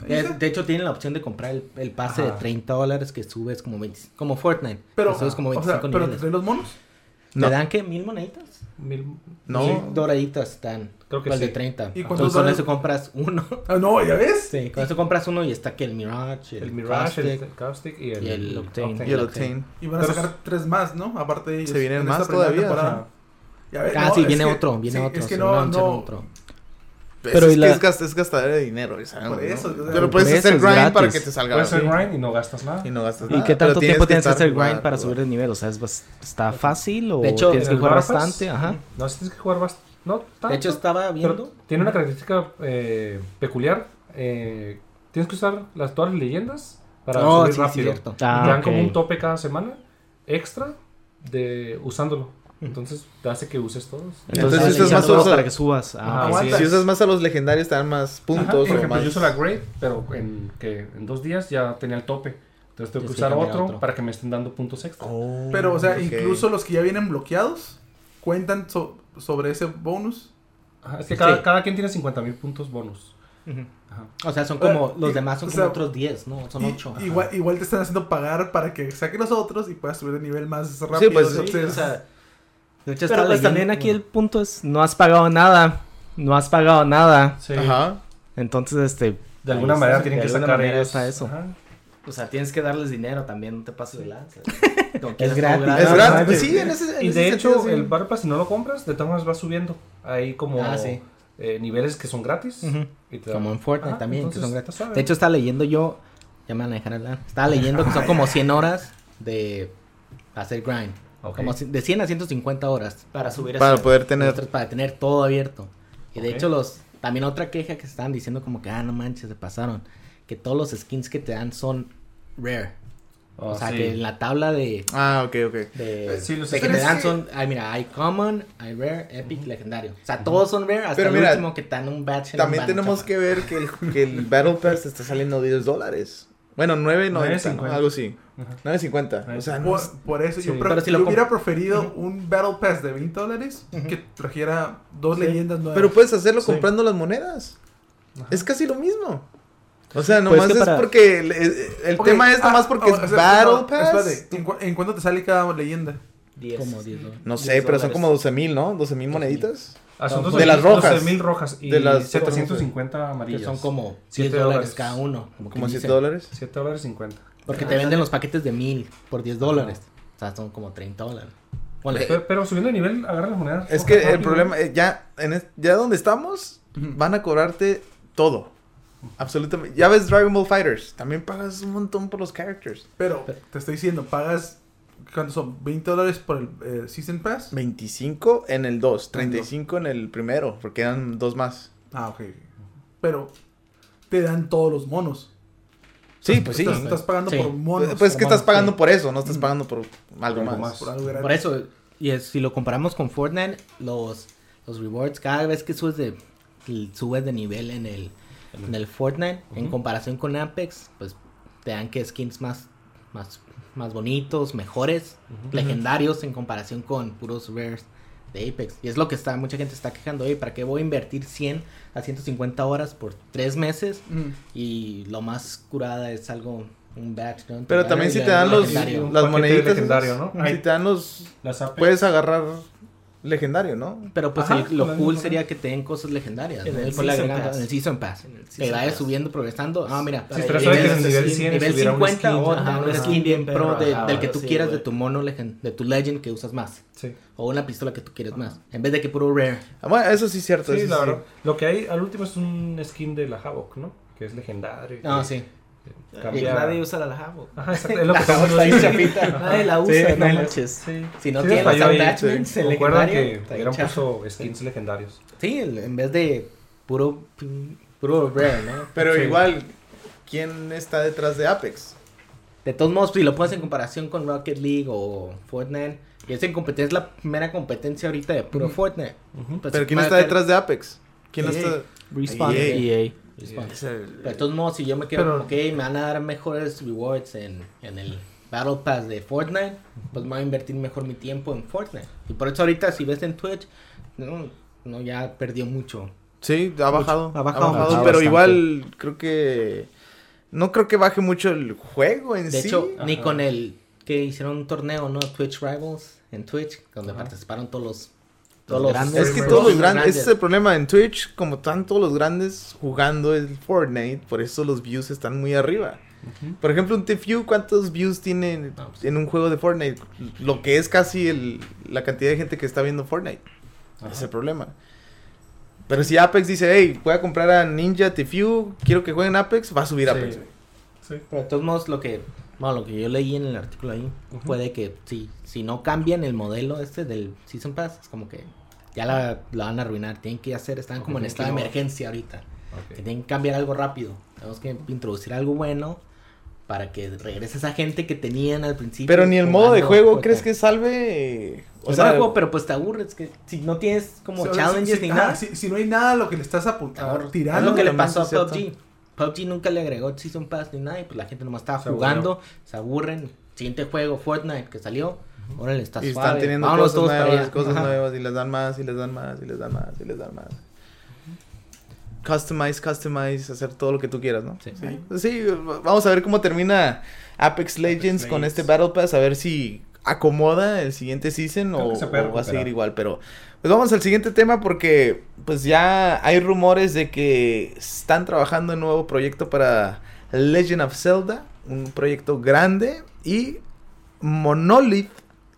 D: Ahí
C: De,
D: está.
C: de hecho, tienen la opción de comprar el, el pase
B: Ajá.
C: de 30 dólares que subes como 20, como Fortnite.
D: Pero,
C: que subes pues, como
D: o sea,
C: 25
D: pero te
C: niveles.
D: traen los monos.
C: ¿Te
A: No.
C: dan qué? ¿Mil moneditas?
B: Mil-
A: No.
C: Sí, doraditas están.
B: Creo que
C: el de
B: sí.
C: 30.
D: ¿Y
C: Entonces,
D: cuántos
C: con
D: dólares?
C: eso compras uno.
D: Ah, no, ya ves.
C: Sí, con eso compras uno y está que el Mirage, el,
B: El Mirage,
C: Caustic.
B: el Caustic y el,
C: y el
F: Octane.
A: Y el Octane.
D: Y van a
B: Pero-
D: sacar tres más, ¿no? Aparte de ellos.
A: Se vienen
D: en esta
A: más
D: primera
A: todavía,
D: temporada. Ya ves,
C: Ah,
D: no,
C: sí,
D: es
C: viene
D: que-
C: otro, viene
D: sí,
C: otro.
D: Es que
C: se
D: no,
C: lanzaron
D: no.
C: otro.
A: Pues
F: Pero
A: es
F: y
A: que
F: la-
A: es, gast- es gastadera de dinero, ¿sabes?
D: Por eso, o sea,
A: Pero
D: por
A: puedes
F: eso
A: hacer
F: es
A: grind para
F: gratis.
A: que te salga
B: Puedes hacer
A: bien
B: grind y no gastas nada.
A: y no gastas
F: ¿Y
A: nada,
F: qué
A: pero
F: tanto tiempo tienes que
A: estar
F: hacer grind
A: jugando.
F: para subir de nivel? O sea, es bas- ¿está fácil o
C: De hecho,
F: tienes que
B: ¿En el
F: jugar
B: Battle Pass?
F: bastante? Ajá.
B: No, si tienes que jugar bastante. No, tanto,
C: De hecho, estaba
B: pero
C: viendo.
B: tiene una característica eh, peculiar. Eh, tienes que usar las, todas las leyendas para
C: Oh,
B: subir
C: sí,
B: rápido.
C: cierto.
F: Ah,
B: Te dan
F: ok.
B: como un tope cada semana extra de usándolo. Entonces te hace que uses todos.
F: Entonces,
A: Entonces,
F: es
A: usas más
F: más
A: oso-
F: para que subas. Ah,
B: Ajá.
F: ok.
B: Aguanta.
A: Si usas más a los legendarios te dan más
B: Ajá,
A: puntos
B: por
A: o
B: ejemplo,
A: más.
B: yo uso la Great, pero en, que en dos días ya tenía el tope. Entonces tengo
C: Tienes
B: que
C: que
B: usar
C: cambiar
B: otro,
C: otro.
B: para que me estén dando puntos extra.
A: Oh,
D: Pero, o sea,
A: ok.
D: incluso los que ya vienen bloqueados cuentan so- sobre ese bonus.
B: Ajá, es que cada,
C: Sí.
B: cada quien tiene 50 mil puntos bonus.
F: Ujú.
B: Ajá.
C: O sea, son como.
D: Eh,
C: los
D: y-
C: demás son
D: o
C: como
D: sea,
C: otros 10, ¿no? Son
D: Y-
C: 8.
D: igual, igual te están haciendo pagar para que saquen los otros y puedas subir de nivel más rápido.
A: pues, sí,
D: entonces-
C: o sea, de hecho,
F: Pero
C: estaba
F: pues también
C: leyendo-
F: aquí el punto es, no has pagado nada, no has pagado nada.
B: Sí.
A: Ajá.
F: Entonces, este,
B: De alguna
E: pues,
F: Ahí
B: manera
F: está,
B: tienen
F: de
B: que
F: alguna
B: sacar
F: manera
B: ellos-
F: está eso.
B: Ajá.
F: O sea, tienes que darles dinero también, no te pases de lanza. No,
E: Es
F: quieres
E: gratis.
F: cobrar.
A: Es
B: no,
A: gratis,
B: no,
A: pues
B: de-
A: sí, en ese, en
B: Y
A: ese
B: de
A: sentido,
B: hecho,
A: sí.
B: el Battle Pass, si no lo compras, de todas maneras va subiendo. Hay como
E: Ah, sí.
B: eh, niveles que son gratis. y te dan-
E: Como en Fortnite
B: Ajá,
E: también, que
B: entonces,
E: son gratis.
B: está suave.
E: De hecho, estaba leyendo yo, ya me van a dejar hablar, estaba leyendo que son como 100 horas de hacer grind.
B: Ok.
E: Como ci- de 100 a 150 horas.
F: Para subir
A: Para
F: ese-
A: poder tener.
E: Nosotros Para tener todo abierto. Y de
B: Ok.
E: hecho, los también otra queja que estaban diciendo como que, ah, no manches, se pasaron. Que todos los skins que te dan son rare.
B: Ah,
E: o sea,
B: sí.
E: que en la tabla de...
A: Ah, ok, ok.
E: de-
B: Sí, los
E: de que
B: skins
E: te dan
A: que-
E: son, ay mira, hay common, hay rare, epic, legendario. O sea, todos son rare hasta
A: Pero
E: el
A: mira,
E: último que te dan un batch. en
A: También
E: un banner,
A: tenemos
E: chaval.
A: que ver que el, que el Battle Pass te está saliendo 10 dólares. Bueno, 9.90, ¿no?
B: 9.50.
A: algo así. 9.50. O sea, no
D: Por,
A: es-
D: por eso yo,
B: Sí.
D: pre-
E: Pero si
D: yo
E: lo com-
D: hubiera preferido un Battle Pass de 20 dólares que trajera dos leyendas nuevas.
A: Pero pues, puedes hacerlo
B: Sí.
A: comprando las monedas. Es casi lo mismo. O sea,
F: Pues
A: nomás
F: que
A: es,
F: para-
A: porque el, el- el
D: Ok,
A: tema es
D: ah,
A: nomás porque
D: ah,
A: es
D: o sea,
A: Battle
D: no,
A: Pass.
D: espérate, ¿en, cu- en cuánto te sale cada leyenda?
F: diez.
E: Como 10 dólares.
A: No sé,
F: 10
A: pero son
F: dólares.
A: como 12 mil, ¿no? 12 mil moneditas.
B: Ah, son
A: De las
B: 12,000
A: rojas.
B: 12,000 rojas y
A: De las
B: 750 amarillas.
E: Que son como 10
B: Siete
E: dólares Ah.
B: dólares.
E: cada uno.
A: Como
E: quien
A: 7
E: dice.
A: dólares.
B: 7 dólares 50.
E: Porque te venden los paquetes de 1000 por 10 dólares. O sea, son como 30 dólares. Ponle.
B: Pero, pero subiendo de nivel, agarra las monedas.
A: Es
B: rojas
A: que el
B: rápido.
A: problema, eh, ya, en es- ya donde estamos, van a cobrarte todo. Absolutamente. Ya ves Dragon Ball Fighters. También pagas un montón por los characters.
D: Pero te estoy diciendo, pagas, ¿cuánto son? 20 dólares por el eh, Season Pass.
A: 25 en el 2, 35 en el primero, porque eran dos más.
D: Ah, ok. Pero te dan todos los monos.
A: Sí, pues sí.
D: Estás, estás pagando
E: Sí.
D: por monos.
A: Pues es que estás
D: Monos,
A: pagando
D: sí.
A: por eso, no estás pagando por algo
B: Algo
A: más.
B: más.
D: por algo gratis.
E: Por eso, y es- si lo comparamos con Fortnite, los, los rewards, cada vez que subes de, l- subes de nivel en el, en el Fortnite, en comparación con Apex, pues te dan que skins más, más, más bonitos, mejores, legendarios en comparación con puros rares de Apex. Y es lo que está, mucha gente está quejando, oye, ¿para qué voy a invertir 100 a 150 horas por 3 meses?
D: Mm.
E: Y lo más curada es algo, un batch, ¿no?
A: Pero también si te dan los,
E: Legendario.
B: Un
A: las
B: paquete
A: moneditas.
B: legendario,
A: esas,
B: ¿no?
A: Si te dan los.
B: Las AP.
E: pues,
A: Puedes agarrar legendario, ¿no?
E: Pero pues
B: Ajá,
E: el- lo
B: lo
E: cool
B: mismo.
E: sería que te den cosas legendarias.
F: En
E: ¿no?
F: el
E: Y ponle
F: Season
E: agregando-
F: Pass.
E: en el Season Pass.
F: En el
E: Que
F: Season
E: vaya
F: Pass.
E: subiendo, progresando. Ah, mira.
F: Sí,
E: para
B: pero suena que en el
E: llegar a-
B: nivel 100
E: nivel
B: subiera un
E: 50,
B: skin,
E: otra,
F: ajá,
E: un
F: una
E: skin
F: skin
E: bien
F: bien
E: pro
F: perra,
E: de-
F: ajá,
E: del que tú
F: sí,
E: quieras de
F: güey.
E: tu mono, legend, de tu legend que usas más.
B: Sí.
E: O una pistola que tú quieres más. En vez de que puro rare.
A: Ah, Bueno, eso sí es cierto.
B: Sí,
A: eso
B: la
A: sí.
B: verdad. Lo que hay al último es un skin de la Havok, ¿no? Que es legendario. y
E: No,
B: que-
E: Ah, sí.
B: que
F: Y
B: Cambia...
F: nadie usa la Jabo.
B: Ajá, exacto. Es lo que estamos
F: Nadie la usa, no manches.
B: Sí.
E: Si no
B: Sí,
E: tienes
B: les
E: los
B: falló ahí,
E: attachments,
B: sí.
E: el
B: Recuerda
E: legendario.
B: que
E: está
B: Eran
E: bien chafa.
B: puso skins legendarios.
E: Sí, el- en vez de puro, puro rare, ¿no?
A: Pero
B: Sí.
A: igual, ¿quién está detrás de Apex?
E: De todos modos, si lo pones en comparación con Rocket League o Fortnite, y es, en compet- es la primera competencia ahorita de puro Fortnite. Pues,
A: ¿Pero quién
E: va a
A: está
E: ser-
A: detrás de Apex? ¿Quién
E: EA.
A: está.?
F: Respawn.
A: EA.
F: EA.
E: Response. Pero de todos modos, si yo me quedo,
D: Pero-
E: ok, me van a dar mejores rewards en, en el Battle Pass de Fortnite, pues me voy a invertir mejor mi tiempo en Fortnite. Y por eso ahorita, si ves en Twitch, no, no ya perdió mucho.
A: Sí, ha bajado.
F: ha bajado
A: pero
F: mucho. bastante.
A: igual creo que. No creo que baje mucho el juego en
E: De
A: sí.
E: hecho, ni
B: Ajá.
E: con el que hicieron un torneo, ¿no? Twitch Rivals en Twitch, donde participaron todos los... Todos los
F: grandes.
A: es que
E: streamers,
A: todos los
E: los
A: grandes, ese es el problema en Twitch, como están todos los grandes jugando el Fortnite, por eso los views están muy arriba. Por ejemplo, un TFU, ¿cuántos views tiene
E: No, pues.
A: en un juego de Fortnite? Lo que es casi el- la cantidad de gente que está viendo Fortnite. Ese es el problema. Pero si Apex dice, hey, voy a comprar a Ninja TFU, quiero que jueguen Apex, va a subir Apex. güey.
E: Pero de todos modos, lo que, bueno, lo que yo leí en el artículo ahí fue de que si, si no cambian el modelo este del Season Pass, es como que ya la, la van a arruinar. Tienen que hacer, están
B: Ok,
E: como
B: tienen
E: en
B: que
E: estado de
B: innovar.
E: emergencia ahorita.
B: Ok.
E: Que tienen que cambiar algo rápido. Tenemos que introducir algo bueno para que regrese esa gente que tenían al principio.
A: Pero ni el modo de
E: jugando
A: juego
E: Fortnite.
A: crees que salve. O
E: El
A: sea,
E: modo de juego, pero pues te aburres. Que si no tienes como
D: O sea,
E: challenges
D: si-
E: ni
D: ah,
E: nada,
D: Si, si no hay nada a lo que le estás
E: te
D: apuntando,
E: ahorras. es
D: tirando.
E: lo que le
A: también,
E: pasó a
A: sí es cierto.
E: PUBG. PUBG nunca le agregó Season Pass ni nada y pues la gente nomás estaba
B: Se
E: jugando, se aburren. Siguiente juego, Fortnite, que salió. Ahora le está
A: Y
E: suave.
A: están teniendo
E: Vámonos
A: cosas
E: todos para
A: nuevas,
E: allá.
A: cosas
E: Ajá.
A: nuevas, y les dan más, y les dan más, y les dan más, y les dan más. Customize, customize, hacer todo lo que tú quieras, ¿no?
E: Sí.
A: Sí, vamos a ver cómo termina Apex Legends con este Battle Pass, a ver si acomoda el siguiente season
B: Creo
A: o,
B: que se puede
A: o va a
B: recuperar.
A: seguir igual. Pero pues vamos al siguiente tema porque pues ya hay rumores de que están trabajando en un nuevo proyecto para Legend of Zelda, un proyecto grande y Monolith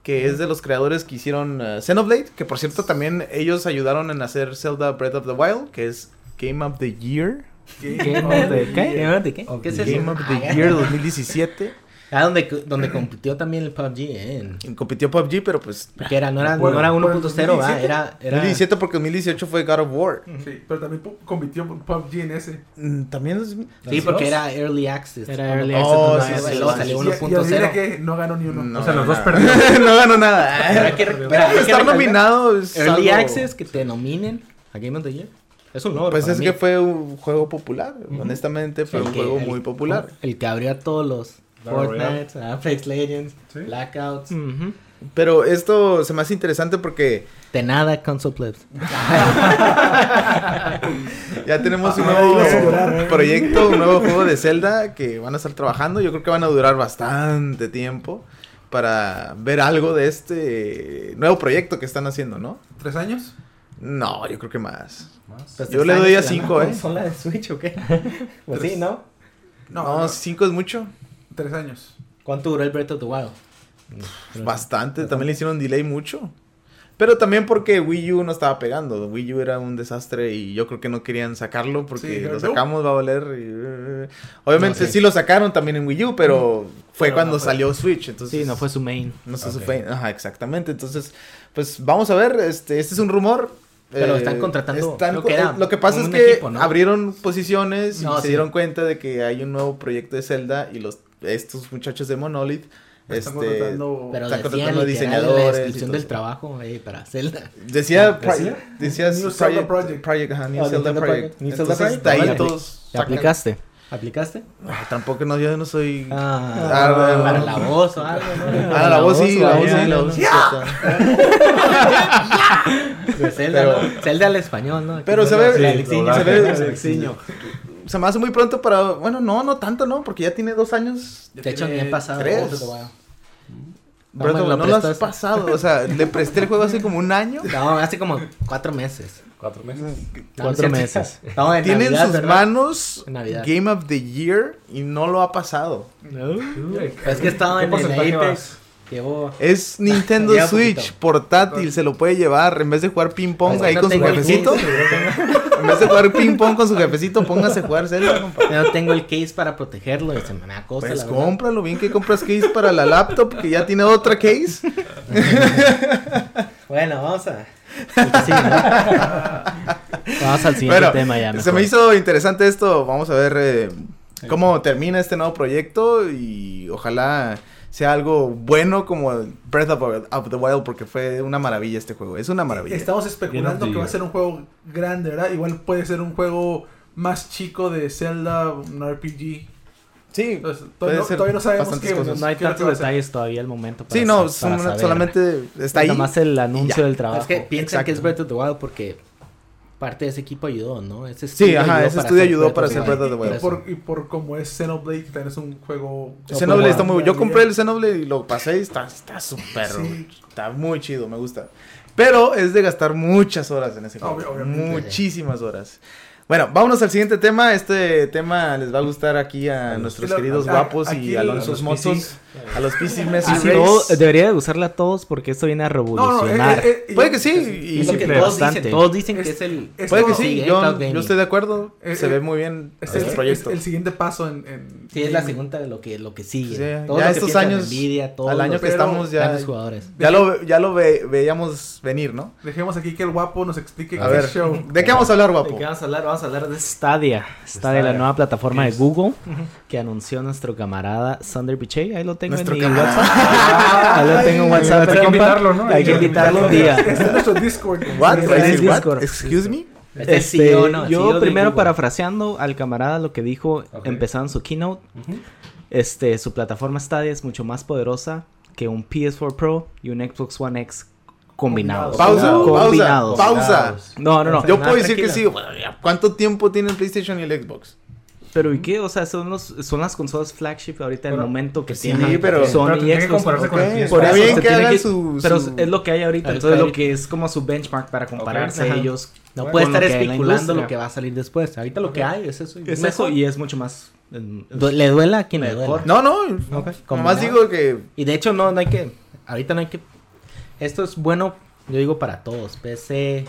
A: que es de los creadores que hicieron eh, Xenoblade, que por cierto también ellos ayudaron en hacer Zelda Breath of the Wild, que es Game of the Year.
F: ¿Qué? ¿De qué?
E: ¿De qué?
B: Of
E: ¿Qué es
B: the
E: eso?
A: Game of the Year 2017.
E: Ah, donde, donde compitió también el PUBG, ¿eh?
A: Y Compitió PUBG, pero pues...
E: Que era, no era,
B: Bueno,
E: no era
D: bueno,
E: 1.0, va,
D: 17.
E: era... era...
A: 2017 porque 2018 fue God of War.
D: Sí, pero también pu- compitió por PUBG en ese.
A: Mm, También es...
E: Sí, porque era Early Access.
F: Era
E: Cuando-
F: early
A: Oh,
E: cuando-
A: sí,
E: cuando
A: sí,
E: luego
A: sí,
E: salió
A: sí.
D: Y- y al final
E: 1.0.
D: que no ganó ni uno.
A: No
B: O sea, los
A: ganó
B: dos
A: nada.
B: perdieron.
A: no ganó nada.
E: Habrá que- pero hay que
A: Estar
E: recalcar,
A: nominado es
E: Early
A: algo-
E: Access que te nominen a Game of the Year. Es un logro.
A: Pues
E: para
A: es
E: mí.
A: que fue un juego popular. Honestamente, fue
E: El
A: un
E: que-
A: juego
E: el-
A: muy popular.
E: El que abrió a todos los
B: Battle Royale.
E: Fortnite, Apex Legends,
B: Sí.
E: Blackouts,
F: Ujú.
A: Pero esto se me hace interesante porque
E: de nada Console Plebs.
A: ya tenemos un
D: Ahora ibas a
A: nuevo
D: llorar.
A: proyecto, un nuevo juego de Zelda que van a estar trabajando. Yo creo que van a durar bastante tiempo para ver algo de este nuevo proyecto que están haciendo, ¿no?
D: ¿Tres años?
A: No, yo creo que más.
B: Más.
F: Pues
A: Yo le doy a 5, ¿eh?
E: ¿Son la de Switch o qué? Pues
D: Tres.
E: sí, ¿no?
A: No, 5 es mucho.
D: Tres años.
E: ¿Cuánto duró el Breath of the Wild?
A: Bastante, también le hicieron delay mucho. Pero también porque Wii U no estaba pegando. Wii U era un desastre y yo creo que no querían sacarlo porque
D: Sí,
A: lo
D: no.
A: sacamos, va a valer. y- eh, Obviamente
E: No, sí.
A: sí lo sacaron también en Wii U, pero fue
D: Pero
A: cuando
D: no fue.
A: salió Switch. Entonces,
F: Sí, no fue su main.
A: No se
B: Ok.
A: supe- Ajá, exactamente. Entonces, pues vamos a ver. Este, este es un rumor.
E: Pero
A: eh,
E: están contratando-
A: están
E: creo
A: co- eh,
E: que era
A: lo que pasa es
E: un
A: que
E: equipo, ¿no?
A: abrieron posiciones y
E: No,
A: se
E: sí.
A: dieron cuenta de que hay un nuevo proyecto de Zelda y los estos muchachos de Monolith este,
D: Están contratando-
E: Pero
A: Está
E: decían
A: contratando
E: literal
A: diseñadores
E: la
A: y
E: descripción
A: todo
E: del
A: eso.
E: trabajo eh, para Zelda.
A: Decía,
B: ¿Decía?
A: Pri- decía
D: New Zelda Project.
A: ajá, New
E: Ah,
A: Zelda Project.
E: Nintendo Project. New Zelda
A: Entonces,
E: Project. Ah,
A: de ahí
E: Órale.
A: todos
F: ¿Te
A: sacan-
F: aplicaste?
E: ¿Aplicaste?
A: Ah, tampoco no, yo no soy. Ah,
E: Ah,
A: ah,
E: para la voz o algo, ¿no?
A: la voz sí, la voz
E: vaya,
A: sí, la
E: no,
A: voz sí.
E: no.
A: está.
E: De Zelda, ¿no? Zelda al español, ¿no?
A: Pero se ve-
E: Sí, sí,
A: doblaje.
E: se ve-
A: ve-
B: Alexiño.
A: Se me hace muy pronto para. Bueno, no, no tanto, ¿no? Porque ya tiene dos años.
E: De hecho, ni he pasado.
A: tres.
E: Breath of the Wild. No,
A: Breath
E: me
A: of-
E: lo
A: no lo has
E: prestaste.
A: pasado. O sea, le presté el juego hace como un año.
E: No, hace como cuatro meses.
B: Cuatro meses.
E: No,
F: Cuatro
E: no es cierto.
F: meses.
E: No, en
A: Tiene en
E: Navidad,
A: sus
E: ¿verdad?
A: manos
E: En Navidad.
A: Game of the Year y no lo ha pasado.
E: Pues es que estaba
B: ¿Qué
E: en el
B: porcentaje
E: Apex. Llevo.
A: Es Nintendo
E: Ya,
A: Switch
E: poquito.
A: portátil, se lo puede llevar en vez de jugar ping pong
E: Pues,
A: ahí
E: no
A: con su
E: tengo el
A: jefecito. En vez de jugar ping pong con su jefecito, póngase a jugar Zelda, compa.
E: No tengo el case para protegerlo y se me da cosa.
A: Pues
E: la verdad.
A: cómpralo, bien que compras case para la laptop que ya tiene otra case.
E: Bueno, vamos a.
F: Sí, ¿no? Vamos al siguiente
A: Bueno,
F: tema ya.
A: se
F: mejor.
A: me hizo interesante esto, vamos a ver eh, cómo termina este nuevo proyecto y ojalá sea algo bueno como Breath of, of the Wild porque fue una maravilla este juego, es una maravilla.
D: Estamos
B: Game of the
D: especulando que va a
B: Year.
D: ser un juego grande, ¿verdad? Igual puede ser un juego más chico de Zelda, un RPG.
A: Sí,
D: Entonces, to-
A: Puede
D: no-
A: ser
D: todavía no sabemos
A: bastantes
D: qué.
A: cosas.
F: No hay
D: qué es lo que
F: tantos
D: va a ser.
F: detalles todavía al momento. para
A: sí, no,
F: sa- para
A: son-
F: saber.
A: solamente está ahí.
F: Nomás el anuncio
A: ya.
F: del trabajo.
E: Es que piensan
A: exacto.
E: que es Breath of the Wild porque parte de ese equipo ayudó, ¿no? Ese
A: Sí,
E: estudio
A: ajá,
E: ayudó
A: ese
E: para
A: estudio
E: hacer
A: ayudó para hacer
E: of
A: Breath
E: the
A: of the Wild.
D: Y por, y por como es Xenoblade, que también es un juego...
A: Xenoblade
D: pues,
F: No,
A: está muy Yo
D: Maravilla.
A: compré el Xenoblade y lo pasé y está está súper.
D: Sí.
A: Está muy chido, me gusta. Pero es de gastar muchas horas en ese juego.
D: Obvio- obviamente.
A: Muchísimas horas. Bueno, vámonos al siguiente tema. Este tema les va a gustar aquí a nuestros
D: lo-
A: queridos
D: a-
A: guapos
D: aquí
A: y
D: a
A: Alonso
D: los
A: Motos.
D: PCs.
A: A los PC Messi
F: Ah, sí,
A: Race.
F: no, debería de gustarle a todos porque esto viene a
D: No, no, eh,
F: revolucionar.
D: eh, eh,
A: Puede
D: y-
A: que sí.
E: Es lo
A: y-
E: que
F: Simple,
E: todos dicen.
F: bastante.
E: Todos dicen que
D: Es-
E: es el.
D: es
A: Puede que
D: como-
A: sí.
E: sigue, Cloud
A: Yo,
E: Gaming.
A: yo estoy de acuerdo.
D: Eh,
A: Se
D: eh,
A: ve muy bien
D: Es
A: este
D: el,
A: proyecto.
D: es el siguiente paso en... en
E: Sí, es la
D: gaming.
E: segunda de lo que, lo que sigue.
A: Sí,
E: Todos
A: ya
E: los que
A: estos
E: piensan en
A: años,
E: Nvidia, todos
A: Al año
E: los
A: que
D: pero-
A: estamos ya.
E: grandes jugadores.
A: Ya lo, ya lo ve- veíamos venir, ¿no?
D: Dejemos aquí que el guapo nos explique
A: A
D: qué
A: ver,
D: es show.
A: ¿de qué vamos a hablar, guapo?
F: ¿De qué vamos a hablar? Vamos a hablar de Stadia. Stadia, la
B: Stadia.
F: nueva plataforma de Google que anunció nuestro camarada Sander Pichey. Ahí lo tengo
A: Nuestro
F: en mi
A: camarada.
F: WhatsApp. Ahí lo tengo en WhatsApp.
B: Hay que
F: compa.
B: invitarlo, ¿no?
F: Hay que invitarlo un día.
D: Está en nuestro Discord.
A: What?
F: Sí,
A: What?
F: es
A: What?
F: Discord.
A: Excuse me.
E: Es el
F: Este,
E: CEO, ¿no? El CEO
F: yo
E: de
F: primero
E: Google.
F: parafraseando al camarada lo que dijo
B: Ok.
F: empezando su keynote,
B: Ujú.
F: este su plataforma Stadia es mucho más poderosa que un PS4 Pro y un Xbox One X combinados.
A: Pausa, pausa,
F: Combinados.
A: pausa.
F: No, no, no.
A: Yo puedo
F: Ah,
A: decir que
F: tranquila.
A: sí. Bueno, ya, ¿Cuánto tiempo tiene el PlayStation y el Xbox?
F: Pero ¿y qué? O sea, son los son las consolas flagship ahorita en el
B: Pero-
F: momento que
A: Sí,
F: tienen
A: pero-
F: Sony
B: pero
F: y
B: tiene que
F: Xbox.
B: compararse con el
A: Ok,
B: PS5.
A: por
F: Por
A: Está
F: eso
A: bien
F: se
A: que
F: tiene
A: hagan
F: que-
A: su-
F: Pero
A: su-
F: es lo que hay ahorita,
E: Ahorita
F: entonces
E: hay-
F: lo que es como su benchmark para compararse
B: ajá.
F: ellos.
E: No
B: Bueno,
E: puede
F: con
E: estar
F: lo que hay en la
E: especulando
F: industria.
E: lo que va a salir después. Ahorita lo que hay es eso. y
F: Es
E: mejor.
F: eso y es mucho más mm,
E: Du- Le duela a quien le duela.
F: Mejor.
A: No, no. Nomás
E: Combinado.
A: digo que.
E: pues, Y de hecho, no, no hay que. Ahorita no hay que. Esto es bueno, yo digo, para todos: PC,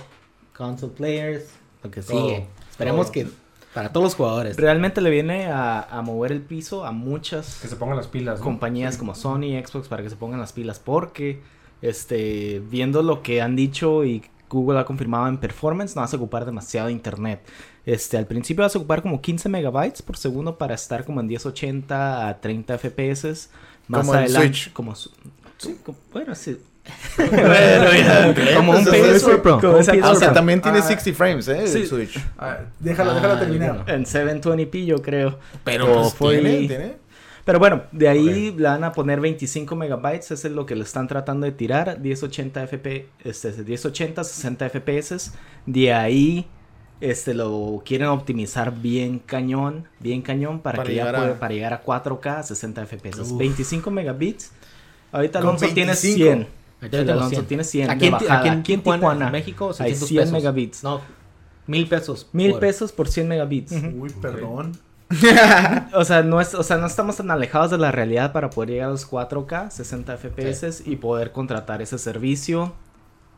E: console players, lo que
B: Todo,
E: sigue. Esperemos
B: todo.
E: que. Para todos los jugadores.
F: realmente le viene a, a mover el piso a
B: Que
F: muchas
B: se pongan las pilas. ¿no?
F: compañías como Sony, Xbox para que se pongan las pilas porque este viendo lo que han dicho y Google ha confirmado en performance, no vas a ocupar demasiado internet. Este, al principio vas a ocupar como 15 megabytes por segundo para estar como en 1080 a 30 FPS. Más
A: Como en
F: adelante,
A: Switch.
F: como su- sí, como- bueno, sí.
A: Como
F: como un PS4 Pro. como un PS4
A: O sea,
F: Pro.
A: también tiene
D: Ah.
A: 60 frames, ¿eh?
F: Sí.
A: El Switch.
D: A ver, déjala,
E: Ah,
D: déjala terminar.
F: En 720p yo creo.
A: Pero pues,
F: fue-
A: tiene, tiene.
F: Pero bueno, de ahí le van a poner 25 megabytes, ese es lo que le están tratando de tirar, 1080 FP, este, 1080, 60 FPS, de ahí este lo quieren optimizar bien cañón, bien cañón para,
A: Para
F: que ya
A: llegar a-
F: pueda- para llegar a 4K 60 FPS,
E: Uf.
F: 25 megabits. Ahorita
A: Con
F: Alonso tiene
A: 25.
F: 100.
E: Ahorita yo tengo
F: Alonso
E: 100.
F: tiene 100
E: Aquí
F: de
E: en, ti-
F: bajada.
E: aquí en
F: Aquí en
E: Tijuana,
F: Tijuana,
E: en México,
F: hay
E: 600
F: 100
E: pesos.
F: megabits.
E: No, mil pesos.
F: Mil
E: por-
F: pesos por 100 megabits.
D: Uy, perdón.
F: O sea, no es, o sea, no estamos tan alejados de la realidad para poder llegar a los 4K, 60 FPS y poder contratar ese servicio.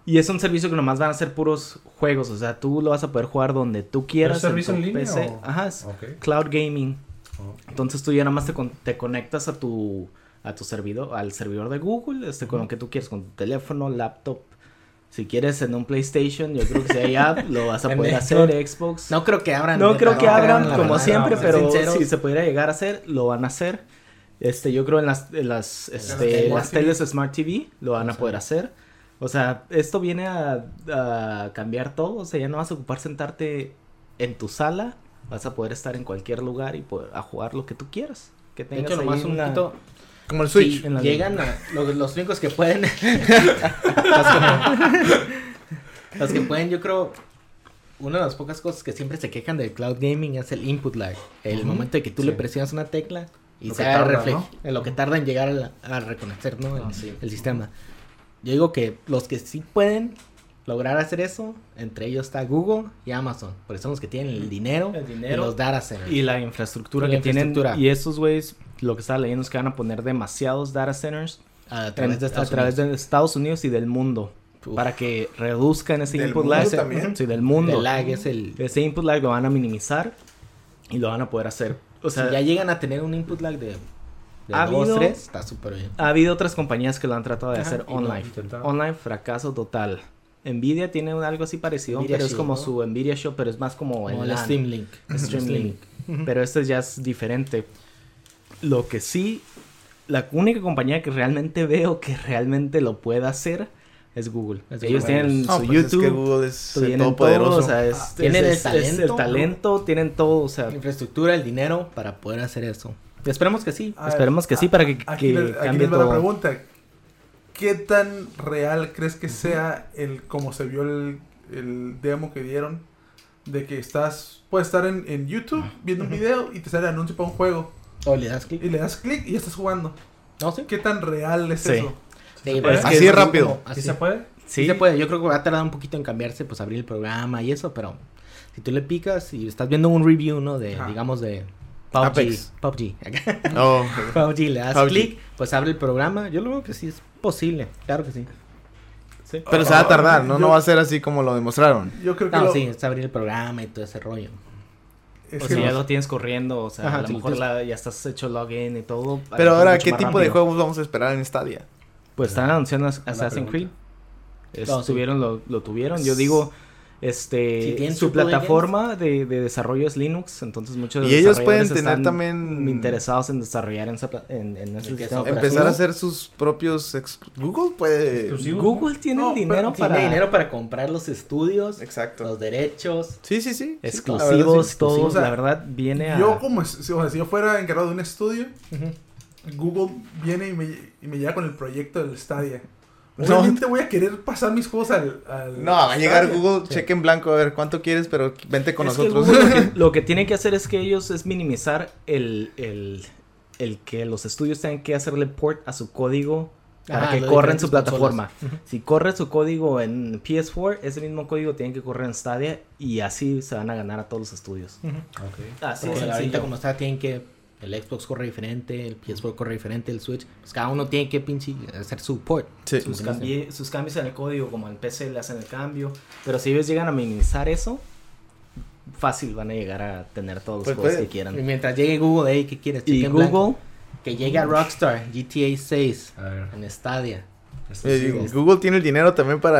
F: Y es un servicio que nomás van a ser puros juegos, o sea, tú lo vas a poder jugar donde tú quieras.
B: ¿Es servicio
F: tu
B: en línea
F: PC.
B: o-
F: Ajá, es
B: Ok.
F: cloud gaming.
B: Oh.
F: Entonces tú ya nada más te, con- te conectas a tu a tu servidor, al servidor de Google, este con lo que tú quieres, con tu teléfono, laptop. Si quieres en un PlayStation, yo creo que si hay app, lo vas a
E: En
F: poder
E: Xbox.
F: hacer Xbox.
E: No creo que abran.
F: No creo
E: no
F: que
B: no,
F: abran
B: no, no,
F: como
B: no,
F: siempre,
B: no,
F: pero
E: sinceros.
F: si se pudiera llegar a hacer, lo van a hacer. Este, yo creo en las, en las, este,
D: teles.
F: las teles Smart TV lo van a poder hacer. O sea, esto viene a, a cambiar todo. O sea, ya no vas a ocupar sentarte en tu sala. Vas a poder estar en cualquier lugar y poder, a jugar lo que tú quieras. Que
E: De
F: tengas
E: hecho,
F: ahí
E: nomás un
F: en la-
E: poquito.
A: Como el Switch.
E: sí,
F: En la-
E: llegan a- los, los únicos que pueden. los, que, los que pueden, yo creo. Una de las pocas cosas que siempre se quejan del cloud gaming es el input lag. El momento de que tú le
B: sí.
E: presionas una tecla y
B: Lo
E: se
B: que
E: haga
B: tarda,
E: refle-
B: ¿no?
E: en lo que tarda en llegar a, la- a reconocer ¿no? el,
B: Ah, sí.
E: el sistema. Yo digo que los que sí pueden lograr hacer eso, entre ellos está Google y Amazon, porque son los que tienen el dinero,
F: Mm. El dinero.
E: y los data centers.
F: Y la infraestructura
E: Y la
F: que tienen.
E: infraestructura.
F: Y esos güeyes, lo que estaba leyendo es que van a poner demasiados data centers
E: a través
F: en-
E: de Estados
F: a través
E: Unidos.
F: de Estados Unidos y del mundo.
E: Uf.
F: Para que reduzcan ese
A: ¿Del
F: input
A: mundo
F: lag.
A: también?
F: Sí, del mundo.
E: El lag es el
F: Ese input lag lo van a minimizar y lo van a poder hacer. O sea,
E: si ya llegan a tener un input lag de, de
F: Ha
E: 2,
F: habido-
E: 3, está súper bien.
F: ha habido otras compañías que lo han tratado de
E: Ajá,
F: hacer
E: y no
F: online.
B: intentaron.
F: Online, fracaso total. Nvidia tiene un- algo así parecido,
E: Nvidia
F: pero es
E: Shield,
F: como
E: ¿no?
F: su Nvidia Show, pero es más como
E: Como
F: el
E: el
F: LAN,
E: Steam Link.
F: Stream Link. Pero este ya es diferente. Lo que sí, la única compañía que realmente veo que realmente lo pueda hacer es Google.
E: Es
F: Ellos
E: Google. Ah,
F: tienen
A: No,
F: su
A: pues
F: YouTube.
A: Es que Google es el
F: tienen
A: todopoderoso.
F: todo, o sea, es, es-
E: tienen el
F: es- es
E: talento,
F: el talento, tienen todo, o sea,
E: Infraestructura, el dinero para poder hacer eso. Esperemos que sí.
D: A ver,
F: esperemos que sí para que,
D: Aquí,
F: que
D: les, aquí
F: cambie
D: les va la
F: todo.
D: pregunta. ¿Qué tan real crees que sea el como se vio el, el demo que dieron? De que estás, puedes estar en, en YouTube viendo un video y te sale el anuncio para un juego.
E: O Oh, le das
D: Y
E: clic.
D: le das clic y ya estás jugando.
E: No, sí.
D: ¿Qué tan real es
F: Sí. pues,
D: eso?
E: Sí,
B: puede.
E: es que
A: Así
E: es
A: rápido.
E: como-
B: ¿Sí
E: Así
B: se puede?
E: Sí se puede. Yo creo que va a tardar un poquito en cambiarse, pues abrir el programa y eso, pero si tú le picas y estás viendo un review, ¿no? De,
D: Ajá.
E: digamos, de PUBG.
A: Apex.
E: PUBG.
A: Oh.
E: PUBG, le das
A: PUBG.
E: clic, pues abre el programa. Yo lo veo que sí es posible. Claro que sí.
A: Pero se va a tardar, ¿no? No va a ser así como lo demostraron.
D: Yo creo que
E: No,
D: lo-
E: sí, es abrir el programa y todo ese rollo.
D: es que
F: O sea, Pues ya
D: los-
F: lo tienes corriendo, o sea,
E: Ajá,
F: a lo
E: sí,
F: mejor
E: tienes-
F: la- ya estás hecho login y todo. a lo
A: Pero
F: mejor
A: ahora,
F: mucho
A: ¿qué
F: más
A: tipo de
F: rápido.
A: juegos vamos a esperar en Stadia?
F: Pues están anunciando as-
B: Buena
F: Assassin's Creed.
B: pregunta.
F: Es-
E: No, sí.
F: tuvieron, lo, lo tuvieron. Yo digo,
E: Si
F: este,
E: tienen
F: su
E: AAA
F: plataforma de, de desarrollo es Linux, entonces muchos
A: Y ellos pueden
F: desarrolladores
A: tener
F: están
A: también-
F: interesados en desarrollar en, esa pla- en, en ese
E: que
F: sistema
E: son-
F: operativo.
A: Empezar a hacer sus propios. ex- Google puede.
B: Exclusivos, ¿no?
F: Google tiene
D: No,
F: el
D: pero
F: dinero para...
E: Tiene dinero para comprar los estudios,
A: Exacto.
E: los derechos.
A: Sí, sí, sí.
F: exclusivos, todos,
D: O sea,
F: la verdad, viene a...
D: Yo como, es- o sea, si yo fuera encargado de un estudio, Google viene y me, y me llega con el proyecto del Stadia. Obviamente voy a querer pasar mis juegos al. al
A: No, va a llegar
D: Stadia.
A: Google, cheque en blanco, a ver cuánto quieres, pero vente con
F: Es que
A: nosotros.
F: Google lo, que, lo que tienen que hacer es que ellos es minimizar el, el- el que los estudios tengan que hacerle port a su código para
E: Ajá,
F: que
E: las
F: corra en su
E: diferentes
F: plataforma. Si corre su código en PS4, ese mismo código tienen que correr en Stadia y así se van a ganar a todos los estudios. Así
E: Porque
F: Ah, es
E: ahorita
F: sencillo.
E: como está, tienen que... El Xbox corre diferente, el PS4 corre diferente, el Switch. Pues cada uno tiene que pinche hacer su port.
A: Sí.
F: Sus,
E: Como que no
F: cambi- sus cambios en el código, como en PC le hacen el cambio. Pero si ellos llegan a minimizar eso, fácil van a llegar a tener todos los
A: Pues
F: juegos
A: puede-
F: que
E: sé. Y
F: quieran.
E: mientras llegue Google, hey, ¿qué quieres?
F: Y
E: Cheque en blanco.
F: Google,
E: Que llegue a Rockstar, GTA 6,
C: A ver,
E: en Stadia.
C: esto
A: Eh,
C: sí
A: digo,
C: es-
A: Google tiene el dinero también para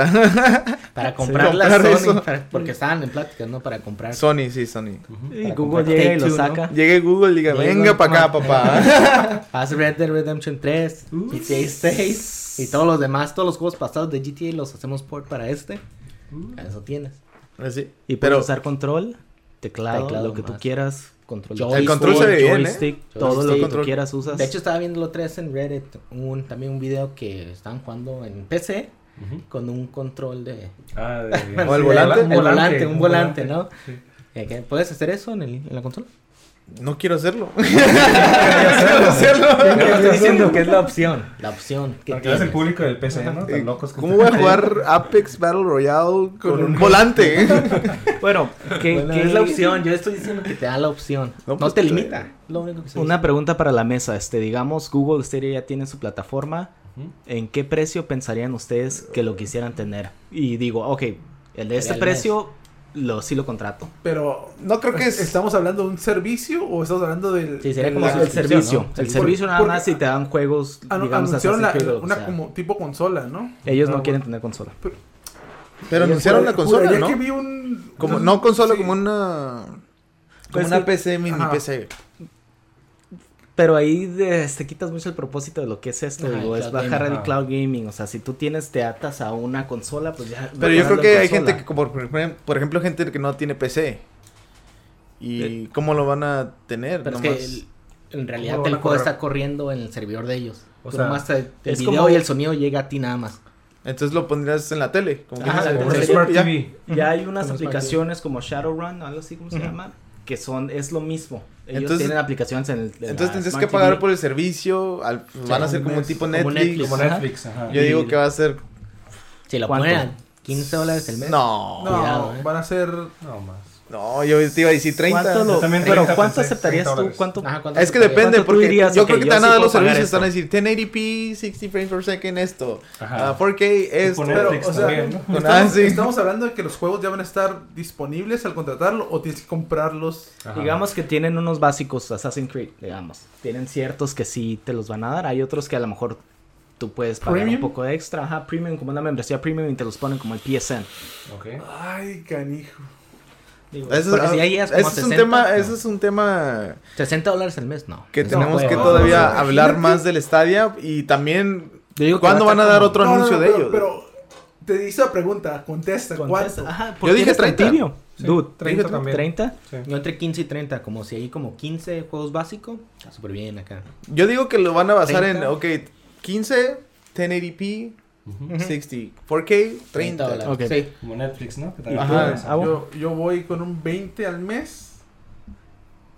E: Para comprar,
A: comprar
E: la Sony.
A: eso.
E: para- porque estaban en pláticas, ¿no? Para comprar.
A: Sony, sí, Sony.
F: y
E: Para
F: Google
E: comprar
F: llega y lo
E: Take-Two, ¿no?
F: saca.
A: Llegue Google y diga,
E: Llega
A: venga
E: y-
A: para acá,
E: ah,
A: papá.
E: Hace Red Dead Redemption 3, GTA 6 y todos los demás, todos los juegos pasados de GTA los hacemos port para este. Eso tienes.
A: Así.
F: Y puedes
A: Pero
F: usar control, teclado,
E: Teclado
F: lo que tú
E: nomás.
F: quieras, control.
E: Joy-
F: de
A: el
E: Joystick,
A: control se ve bien, ¿eh?
F: joystick, todo lo que
A: Control.
F: tú quieras usas.
E: De hecho, estaba viendo lo tres en Reddit, un, también un video que estaban jugando en PC
B: Ujú.
E: con un control de...
B: Ah, de-
A: ¿O el volante?
E: El volante, un volante, ¿no?
B: Sí.
E: Eh, que ¿Puedes hacer eso en, el- en la consola?
A: no quiero hacerlo. no quiero hacerlo.
E: Yo estoy diciendo que es la opción. La opción. Que
B: Para que veas el
E: tienes.
B: público del PC, ¿no? Tan locos que
A: ¿Cómo voy
B: están.
A: a jugar Apex Battle Royale con, un, volante?
F: bueno, ¿qué,
E: Bueno,
F: qué-
E: es la opción, yo estoy diciendo que te da la opción.
A: No,
E: No,
A: pues,
E: te
A: está
E: limita. Lo único que se
F: Una pregunta para la mesa, este, digamos, Google Stadia ya tiene su plataforma.
B: Ujú.
F: ¿En qué precio pensarían ustedes que lo quisieran tener? Y digo, ok, el de este
E: al mes.
F: precio lo sí lo contrato.
D: Pero.
A: No creo que es-
D: ¿Estamos hablando de un servicio o estamos hablando del.
E: Sí, sería
D: de
E: como
D: la-
E: si-
F: el
E: suscripción,
F: servicio,
E: ¿no?
F: el
E: Sí.
F: servicio nada
D: Porque-
F: más si te dan juegos,
D: anu-
F: digamos,
D: anunciaron la-
F: Assassin's Creed o lo que
D: una
F: sea.
D: como tipo consola, ¿no?
F: Ellos no
D: Ah,
F: quieren tener consola.
A: Pero anunciaron la consola,
D: Juraría
A: ¿no?
D: que vi un.
A: Como, no consola,
D: sí.
A: como una... Como
F: Pues
A: una
F: que-
A: PC, mini
D: Ajá.
A: PC.
F: Pero ahí de- te quitas mucho el propósito de lo que es esto,
E: Ajá,
F: digo,
E: el
F: es
E: cloud
F: bajar
B: gaming.
F: el cloud gaming, o sea, si tú tienes, te atas a una consola, pues ya...
A: Pero yo creo
F: bajando
A: que hay
F: consola.
A: gente que, como por ejem- por ejemplo, gente que no tiene PC. ¿Y cómo lo van a tener?
E: Pero es
A: Nomás-
E: que el- en realidad
B: ¿Cómo lo
E: el
B: van a
E: juego
B: correr?
E: está corriendo en el servidor de ellos.
B: O
E: O
B: sea,
E: sea, nomás te- el
F: es
E: video
F: como-
E: y el sonido llega a ti nada más.
A: Entonces lo pondrías en la tele. Como que
E: Ajá,
A: no sé,
E: la
A: como
B: Como
E: tele.
A: se-
B: el Smart
A: ya-
B: TV.
F: Ya hay unas
E: Ujú.
F: aplicaciones como Shadowrun, algo así como se llama, que son, es lo mismo. Ellos
A: Entonces-
F: tienen aplicaciones en el... en la
A: Entonces tendrías
F: Ah, Smart
A: que pagar
F: TV.
A: por el servicio. al- van a
D: un
A: ser como un
D: mes,
A: tipo
E: como
A: Netflix.
E: Netflix.
B: Como
E: Ajá.
B: Netflix, ajá.
A: Yo digo que va a ser.
E: Si lo
F: ¿Cuánto?
E: ponen a 15 dólares el mes.
A: No,
D: No,
A: no,
E: Cuidado, eh.
D: van a ser.
B: No más.
A: yo te iba a decir 30.
F: ¿Cuánto lo-
B: Yo también
F: pero
B: 30
F: ¿cuánto
B: pensé,
F: aceptarías
B: 30
F: tú?
B: dólares.
F: ¿Cuánto?
E: pues, Ajá, ¿cuánto
A: Es que
E: te paga?
A: depende,
F: ¿Cuánto tú
A: porque
F: dirías?
A: yo
F: Ok,
A: creo que
F: yo
A: te van
F: sí
A: a dar
F: puedo
A: los
F: pagar
A: servicios,
F: esto.
A: están a decir 1080p, 60 frames por second, esto,
B: Ajá.
A: ah, 4K, esto.
B: Tipo
D: Pero,
B: Netflix
D: o sea,
B: también, ¿no?
A: Con-
D: estamos,
A: ah, sí.
D: estamos hablando de que los juegos ya van a estar disponibles al contratarlo o tienes que comprarlos.
B: Ajá.
F: Digamos que tienen unos básicos Assassin's Creed, digamos. Tienen ciertos que sí te los van a dar. Hay otros que a lo mejor tú puedes pagar
D: ¿Premium?
F: un poco extra. Ajá, premium, como una membresía premium y te los ponen como el PSN.
B: Ok.
D: Ay, canijo.
F: Digo,
A: Eso- ah,
E: Porque si ya llegas como
A: ese
E: a
A: es un
E: 60,
A: tema,
E: no.
A: ese es un tema
E: 60 dólares al mes, no.
A: que
E: Es un
A: tenemos
E: juego.
A: que
D: no,
A: todavía
D: no, no,
A: hablar
D: imagínate.
A: más del Stadia y también
E: Yo digo que
A: cuándo
E: va
A: van a dar
E: estar como-
A: otro
D: No, no,
A: anuncio
D: no,
A: de
D: pero-
A: ellos.
D: Pero te hice la pregunta, contesta,
F: contesta,
D: ¿cuánto?
F: Ajá,
A: Yo dije
F: eres tan
A: 30.
F: tibio?
B: Sí,
F: Dude,
B: 30
F: 30
B: también.
F: 30.
B: Sí.
E: Yo entre 15 y 30, como si hay como 15 juegos básicos, está súper bien acá.
A: Yo digo que lo van a basar en,
E: 30.
A: ok, 15, 1080p,
B: Ujú.
A: 60, 4K,
E: 30
A: 30.
E: dólares.
F: Ok.
E: Sí.
B: Como Netflix, ¿no? Que
A: Y
B: también
A: tú,
B: puedes
F: ah, bueno.
D: Yo, yo voy con un 20 al mes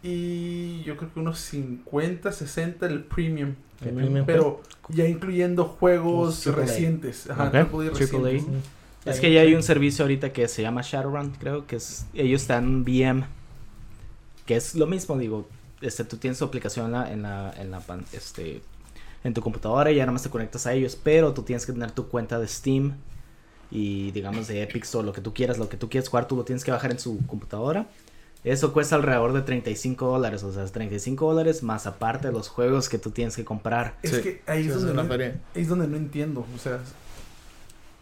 D: y yo creo que unos 50, 60 el premium.
E: El premium,
D: Pero ya incluyendo juegos
E: Triple A.
D: recientes. Ajá,
F: Ok.
D: triple A
F: ¿Eh? Triple A.
D: recientes.
F: Es que ya hay un servicio ahorita que se llama Shadowrun, creo que es, ellos están VM, que es lo mismo, digo, este, tú tienes tu aplicación en la, en la, en la pan- este, en tu computadora y ya nada más te conectas a ellos, pero tú tienes que tener tu cuenta de Steam y digamos de Epic Store, lo que tú quieras, lo que tú quieres jugar, tú lo tienes que bajar en su computadora. Eso cuesta alrededor de 35 dólares, o sea, es 35 dólares más aparte de los juegos que tú tienes que comprar.
D: Es
A: Sí.
D: que ahí
A: Sí,
D: es,
A: es
D: donde
A: una
D: no,
A: feria.
D: ahí es donde no entiendo. O sea,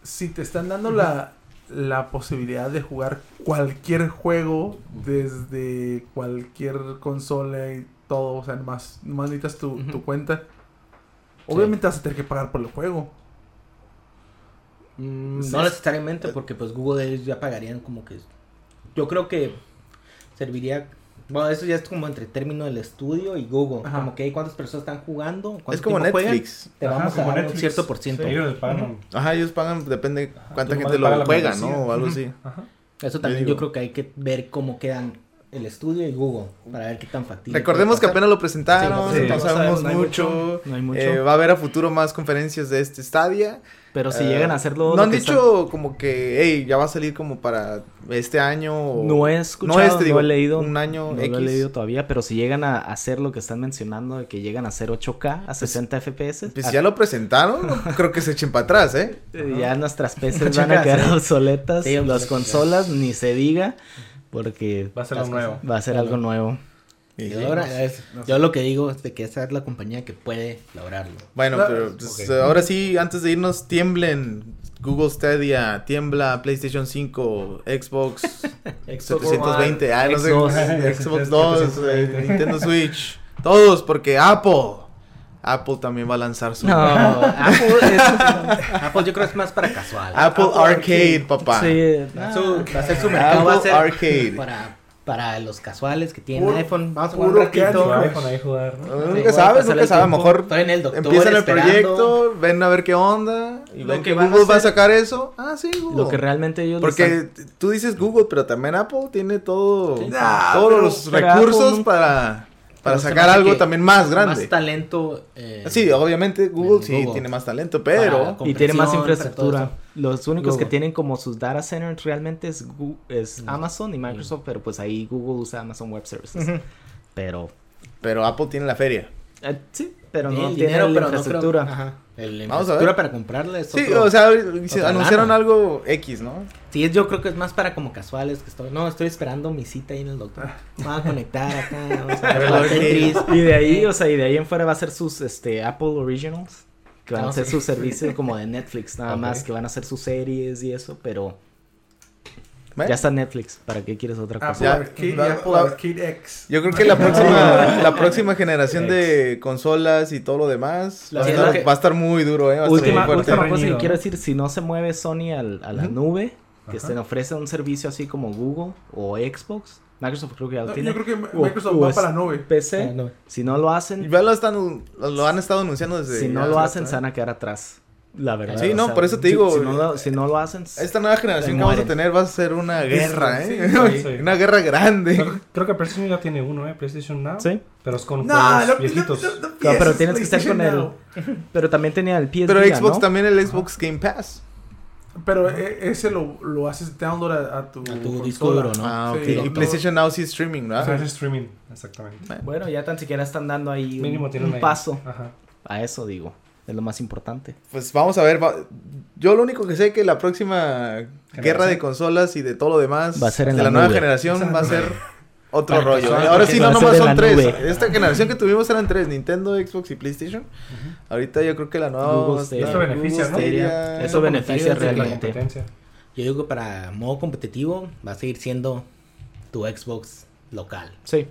D: si te están dando la, la posibilidad de jugar cualquier juego desde cualquier consola y todo, o sea, nomás, nomás necesitas tu,
E: Ujú.
D: tu cuenta. Obviamente vas a tener que pagar por el juego.
E: Mm,
D: Sí.
E: No necesariamente, porque pues Google ellos ya pagarían como que... Yo creo que serviría Bueno, eso ya es como entre término del estudio y Google.
D: Ajá.
E: Como que hay cuántas personas están jugando. cuánto
A: Es como
E: tiempo juegan,
A: Netflix.
E: te
B: Ajá,
E: vamos
B: como
E: a dar un
B: Netflix.
E: cierto por ciento.
B: Sí, ellos pagan.
A: Ajá, ellos pagan, depende cuánta
B: tú nomás
A: gente
B: paga
A: lo
B: la
A: juega, ¿no?
B: membresía.
A: O algo así.
B: Ajá.
E: Eso también
A: Yo
E: yo,
A: digo-
E: creo que hay que ver cómo quedan el estudio y Google para ver qué tan factible.
A: Recordemos que
E: puede pasar.
A: apenas lo presentaron,
B: Sí, no
A: no
B: sabemos,
A: sabemos
F: no hay
A: mucho.
F: No hay mucho.
A: Eh, va a haber a futuro más conferencias de este Stadia.
F: pero si
A: Eh,
F: llegan a hacerlo.
A: No
F: lo
A: han
F: que
A: dicho como que, hey, ya va a salir como para este año. o-
F: están- No he escuchado,
A: este,
F: no
A: digo,
F: he leído.
A: Un año
F: no
A: X.
F: lo he leído todavía, pero si llegan a hacer lo que están mencionando, de que llegan a hacer 8K a 60 FPS,
A: Pues
F: a-
A: si ya lo presentaron, no creo que se echen para atrás, ¿eh?
F: eh, ya nuestras PCs van a quedar obsoletas,
E: Sí,
F: las
E: obsoletas.
F: consolas ni se diga, porque
B: Va a ser lo
E: Las cosas-
B: nuevo.
F: va a ser algo nuevo.
E: Y ahora es- yo lo que digo es de que esa es la compañía que puede lograrlo.
A: Bueno,
D: No,
A: pero pues,
D: ok.
A: ahora sí, antes de irnos, tiemblen. Google Stadia, tiembla, PlayStation 5, Xbox 720, ah, no sé,
F: Xbox.
A: Xbox 2, eh,
B: 720.
A: Nintendo Switch, todos, porque Apple. Apple también va a lanzar su
F: No, Apple es-
E: Apple yo creo es más para casual. Ah,
A: Apple, Arcade, papá.
F: sí,
E: Va a
F: no,
E: su- va a ser su mercado. va a
A: Apple
E: ser
A: Arcade.
E: para, para los casuales que tienen
D: Puro-
E: iPhone. Vamos a jugar un
D: puro
E: ratito.
D: candy.
B: Con iPhone ahí jugar, ¿no?
A: Nunca sabes,
E: Sí, pasar
A: nunca
E: el
A: sabes. A lo
E: tiempo.
A: mejor
E: Estoy en el doctor
A: empiezan el
E: esperando.
A: proyecto, ven a ver qué onda y ven
E: que
A: que
E: van a
A: Google va a
E: hacer-
A: sacar eso. Ah, sí, Google.
F: lo que realmente ellos le
A: Porque
F: están-
A: t- tú dices Google, pero también Apple tiene todo, Ah,
E: Sí. Ah,
D: Nah,
A: todos
D: pero-
A: los
F: pero
A: recursos
F: Apple nunca-
A: para, para
E: Pero se me
A: sacar
E: hace
A: algo
E: que
A: también más
E: Más
A: grande.
E: talento. eh,
A: sí, obviamente Google
E: Google.
A: sí tiene más talento, pero
E: Para-
F: y tiene más
E: compresión, para todo
F: infraestructura. Los únicos que
E: Google.
F: tienen como sus data centers realmente es, Gu- es Amazon y Microsoft, pero pues ahí Google usa Amazon Web Services. Pero
A: pero Apple tiene la feria.
F: eh, sí, pero
E: tiene
F: no
E: el
F: tiene
E: dinero,
F: la
E: pero no creo-
F: infraestructura.
E: ajá. El- La
A: Vamos a ver.
E: infraestructura para comprarla es
A: Sí,
E: otro-
A: o sea, se
E: otra
A: anunciaron
E: lana.
A: algo X, ¿no?
E: Sí, yo creo que es más para como casuales que estoy. No, estoy esperando mi cita ahí en el doctor. Me Voy a conectar acá, vamos a ver la Tetris.
F: Y de ahí, o sea, y de ahí en fuera va a ser sus este Apple Originals, que van a
E: Ah,
F: ser
E: sí.
F: sus servicios como de Netflix nada
E: Ok.
F: más, que van a ser sus series y eso, pero
A: Bueno,
F: ya está Netflix, ¿para qué quieres
E: Ah,
F: otra cosa?
D: Apple
A: Ya,
D: Arcade y
A: va-
D: Apple
A: va-
D: Arcade X.
A: Yo creo que la próxima, la próxima generación de consolas y todo lo demás
E: La
A: va a,
E: verdad
A: estar,
E: que-
A: va a estar muy duro, ¿eh? Va a estar
F: última,
A: muy fuerte.
F: última cosa que
B: Reñido,
F: quiero
B: ¿no?
F: decir, si no se mueve Sony al- a la
A: Ujú.
F: nube, que
B: Ajá.
F: se ofrece un servicio así como Google o Xbox, Microsoft creo que ya lo
D: No,
F: tiene,
D: yo creo que Ma-
F: o-
D: Microsoft
F: o
D: va
F: es-
D: para la nube.
F: PC,
E: Ah, no.
F: si no lo
A: Y
F: hacen,
A: ya lo, están, lo han estado anunciando desde...
F: si no
A: ya
F: lo
A: hace
F: hacen, se
A: bastante.
F: van a quedar atrás, la verdad.
A: Sí, no, por eso te
F: si-
A: digo,
F: Si, no, lo, si no lo hacen,
A: eh. Esta nueva generación
F: Se
A: que vamos a
F: mueren.
A: tener va a ser una guerra,
D: Sí,
A: ¿eh?
B: sí, sí.
A: una guerra grande.
B: Creo, creo que PlayStation ya tiene uno, ¿eh? PlayStation Now.
F: sí.
B: Pero es con
D: Nah,
B: juegos
D: no,
B: viejitos.
D: no, no, no
F: No, pero
D: pienses,
F: tienes que estar con
D: PlayStation
F: el.
D: Now.
F: Pero también tenía el PS
A: Pero
F: Vita,
A: Xbox
F: ¿no?
A: también el Xbox Game Pass.
D: Pero e- ese lo, lo haces download a, a tu,
E: A tu disco
D: consola.
E: duro, ¿no?
A: Ah,
D: Sí,
A: ok.
D: lo-
A: y
D: todo-
A: PlayStation Now sí streaming,
B: O sea, es
A: ¿verdad?
B: streaming, exactamente.
F: Bueno, ya tan siquiera están dando ahí un,
B: Mínimo tiene
F: un
B: una-
F: paso
B: Ajá.
F: a eso, digo. Es lo más importante.
A: Pues vamos a ver. va- Yo lo único que sé es que la próxima guerra de consolas y de todo lo demás
F: Va a ser en
A: de la,
F: la
A: nueva
F: nube.
A: generación va a ser otro
E: Para
A: rollo.
E: personas,
A: ¿eh? Ahora
F: porque
A: sí,
F: va
A: no
F: a ser
A: nomás
F: de
A: son
F: la
A: tres.
F: nube.
A: Esta generación que tuvimos eran tres: Nintendo, Xbox y PlayStation. Ahorita yo creo que la nueva.
F: Google
A: va a estar-
F: Stadia.
B: Esto beneficia, ¿no?
A: Stadia.
F: Eso beneficia
B: Sí, la
F: realmente.
B: competencia.
E: Yo digo que para modo competitivo va a seguir siendo tu Xbox local.
F: Sí.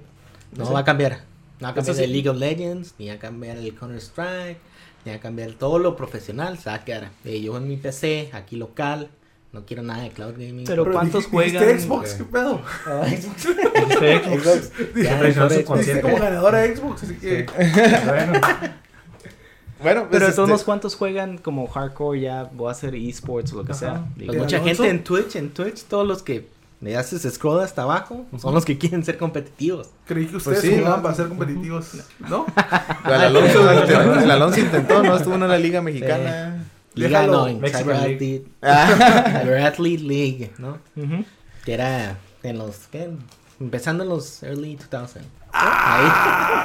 E: No
F: Sí.
E: va a cambiar. No va a cambiar
F: Eso sí.
E: el League of Legends, ni va a cambiar el Counter Strike, ni va a cambiar todo lo profesional. Se va a quedar. eh, yo en mi PC, aquí local, no quiero nada de cloud gaming.
F: Pero ¿cuántos
D: dij- dijiste
F: juegan?
D: Xbox? ¿Qué pedo?
E: Ah, Xbox.
B: Dijiste Xbox.
E: Ya,
B: traicionó su
E: Xbox.
D: Dijiste como
B: conciencia.
D: ganador a Xbox, así que...
B: Bueno,
A: Bueno, pues,
F: Pero de todos
A: este-
F: modos, ¿cuántos juegan como hardcore ya? Voy a hacer esports o lo que
B: Ajá.
F: sea. Digo,
E: Pues mucha
D: Alonso.
E: gente en Twitch, en Twitch, todos los que le haces scroll hasta abajo son los que quieren ser competitivos.
D: Creí que ustedes
A: sí,
D: jugaban
A: ¿no?
D: para ser competitivos, ¿no?
A: El Alonso, el Alonso intentó, ¿no? Estuvo en la liga mexicana.
E: Liga
D: Déjalo,
E: no, en
B: Mexican
E: Cyber
B: League.
E: Athlete,
A: Ah,
E: Cyber Athlete League, ¿no?
F: ujú.
E: Que era en los, ¿qué? Empezando en los early 2000.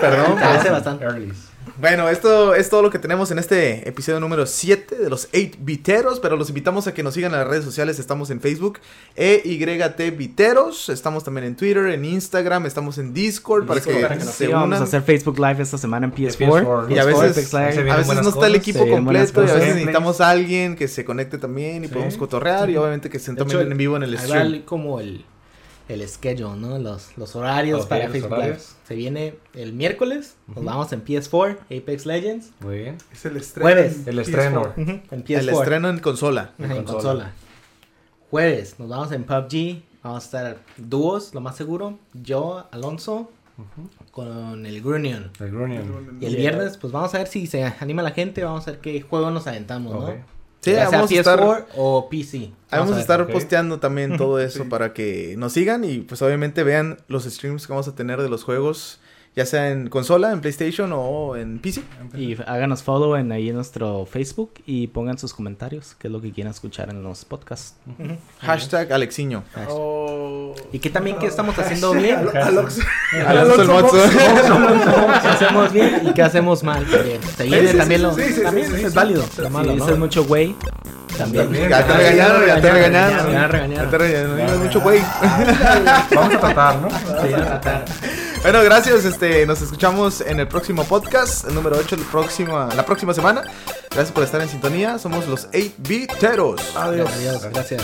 A: perdón.
E: Ahí, hace bastante.
B: earlys.
A: Bueno, esto es todo lo que tenemos en este episodio número 7 de los 8 Viteros, pero los invitamos a que nos sigan en las redes sociales, estamos en Facebook, EYT Viteros, estamos también en Twitter, en Instagram, estamos en Discord para que,
E: Para que nos
A: se
F: Sí, vamos
A: unan.
F: a hacer Facebook Live esta semana en PS4.
B: PS4.
A: Y a
F: Los
A: veces,
F: Cortex Live.
B: se
A: a
B: vienen
A: veces no
B: buenas
A: está el
B: cosas,
A: equipo
F: se vienen buenas
A: completo y a
F: cosas.
A: veces necesitamos a alguien que se conecte también y
B: Sí.
A: podemos cotorrear y obviamente que estén
E: De
A: también
E: hecho,
A: en vivo en el
E: ahí va
A: stream.
E: el- como el, el schedule, ¿no? Los, los horarios
B: Ok,
E: para
B: los
E: Facebook
B: horarios.
E: Live. Se viene el miércoles, nos vamos en PS4, Apex Legends,
B: Muy bien.
D: Es el estreno.
E: Jueves.
D: en
B: El
D: PS4.
B: estreno.
E: en PS4.
A: El estreno en consola.
E: Ajá, en
B: consola.
E: consola. Jueves, nos vamos en PUBG. Vamos Vamos a estar dúos, lo más seguro. Yo, Alonso, con el Grunion.
B: El Grunion.
E: Y el
F: Yeah.
E: viernes, pues vamos a ver si se anima la gente. Vamos a ver qué juego nos aventamos,
B: Ok.
E: ¿no?
A: Sí,
E: Ya sea
A: vamos a estar,
E: PS4 o PC.
A: ahí vamos a
E: ver.
A: estar
B: ok.
A: posteando también todo eso
D: Sí.
A: para que nos sigan y pues obviamente vean los streams que vamos a tener de los juegos, ya sea en consola, en PlayStation o en PC.
F: Y háganos follow en ahí en nuestro Facebook y pongan sus comentarios, qué es lo que quieren escuchar en los podcasts.
A: Hashtag Alexiño.
D: Oh.
E: Y que también que estamos haciendo bien.
D: Al-
A: Alonso
D: Alox-
A: el
D: Alonso
A: Mozo.
E: ¿Qué hacemos bien y qué hacemos mal? También, Se viene
D: sí,
E: también
D: sí,
E: lo.
D: sí, sí,
E: también
D: sí,
E: es
D: sí, sí.
E: válido. lo malo,
F: si
E: ¿no?
F: dices mucho güey, también.
A: Ya te regañaron, ya te regañaron.
E: Ya
A: Ya
E: te regañaron.
A: te regañaron. Digas mucho, güey.
B: Vamos a tratar, ¿no?
A: Bueno, gracias. Este, nos escuchamos en el próximo podcast, el número 8, el próximo, la próxima semana. Gracias por estar en sintonía. Somos los 8 Biteros.
D: Adiós.
E: Adiós, gracias.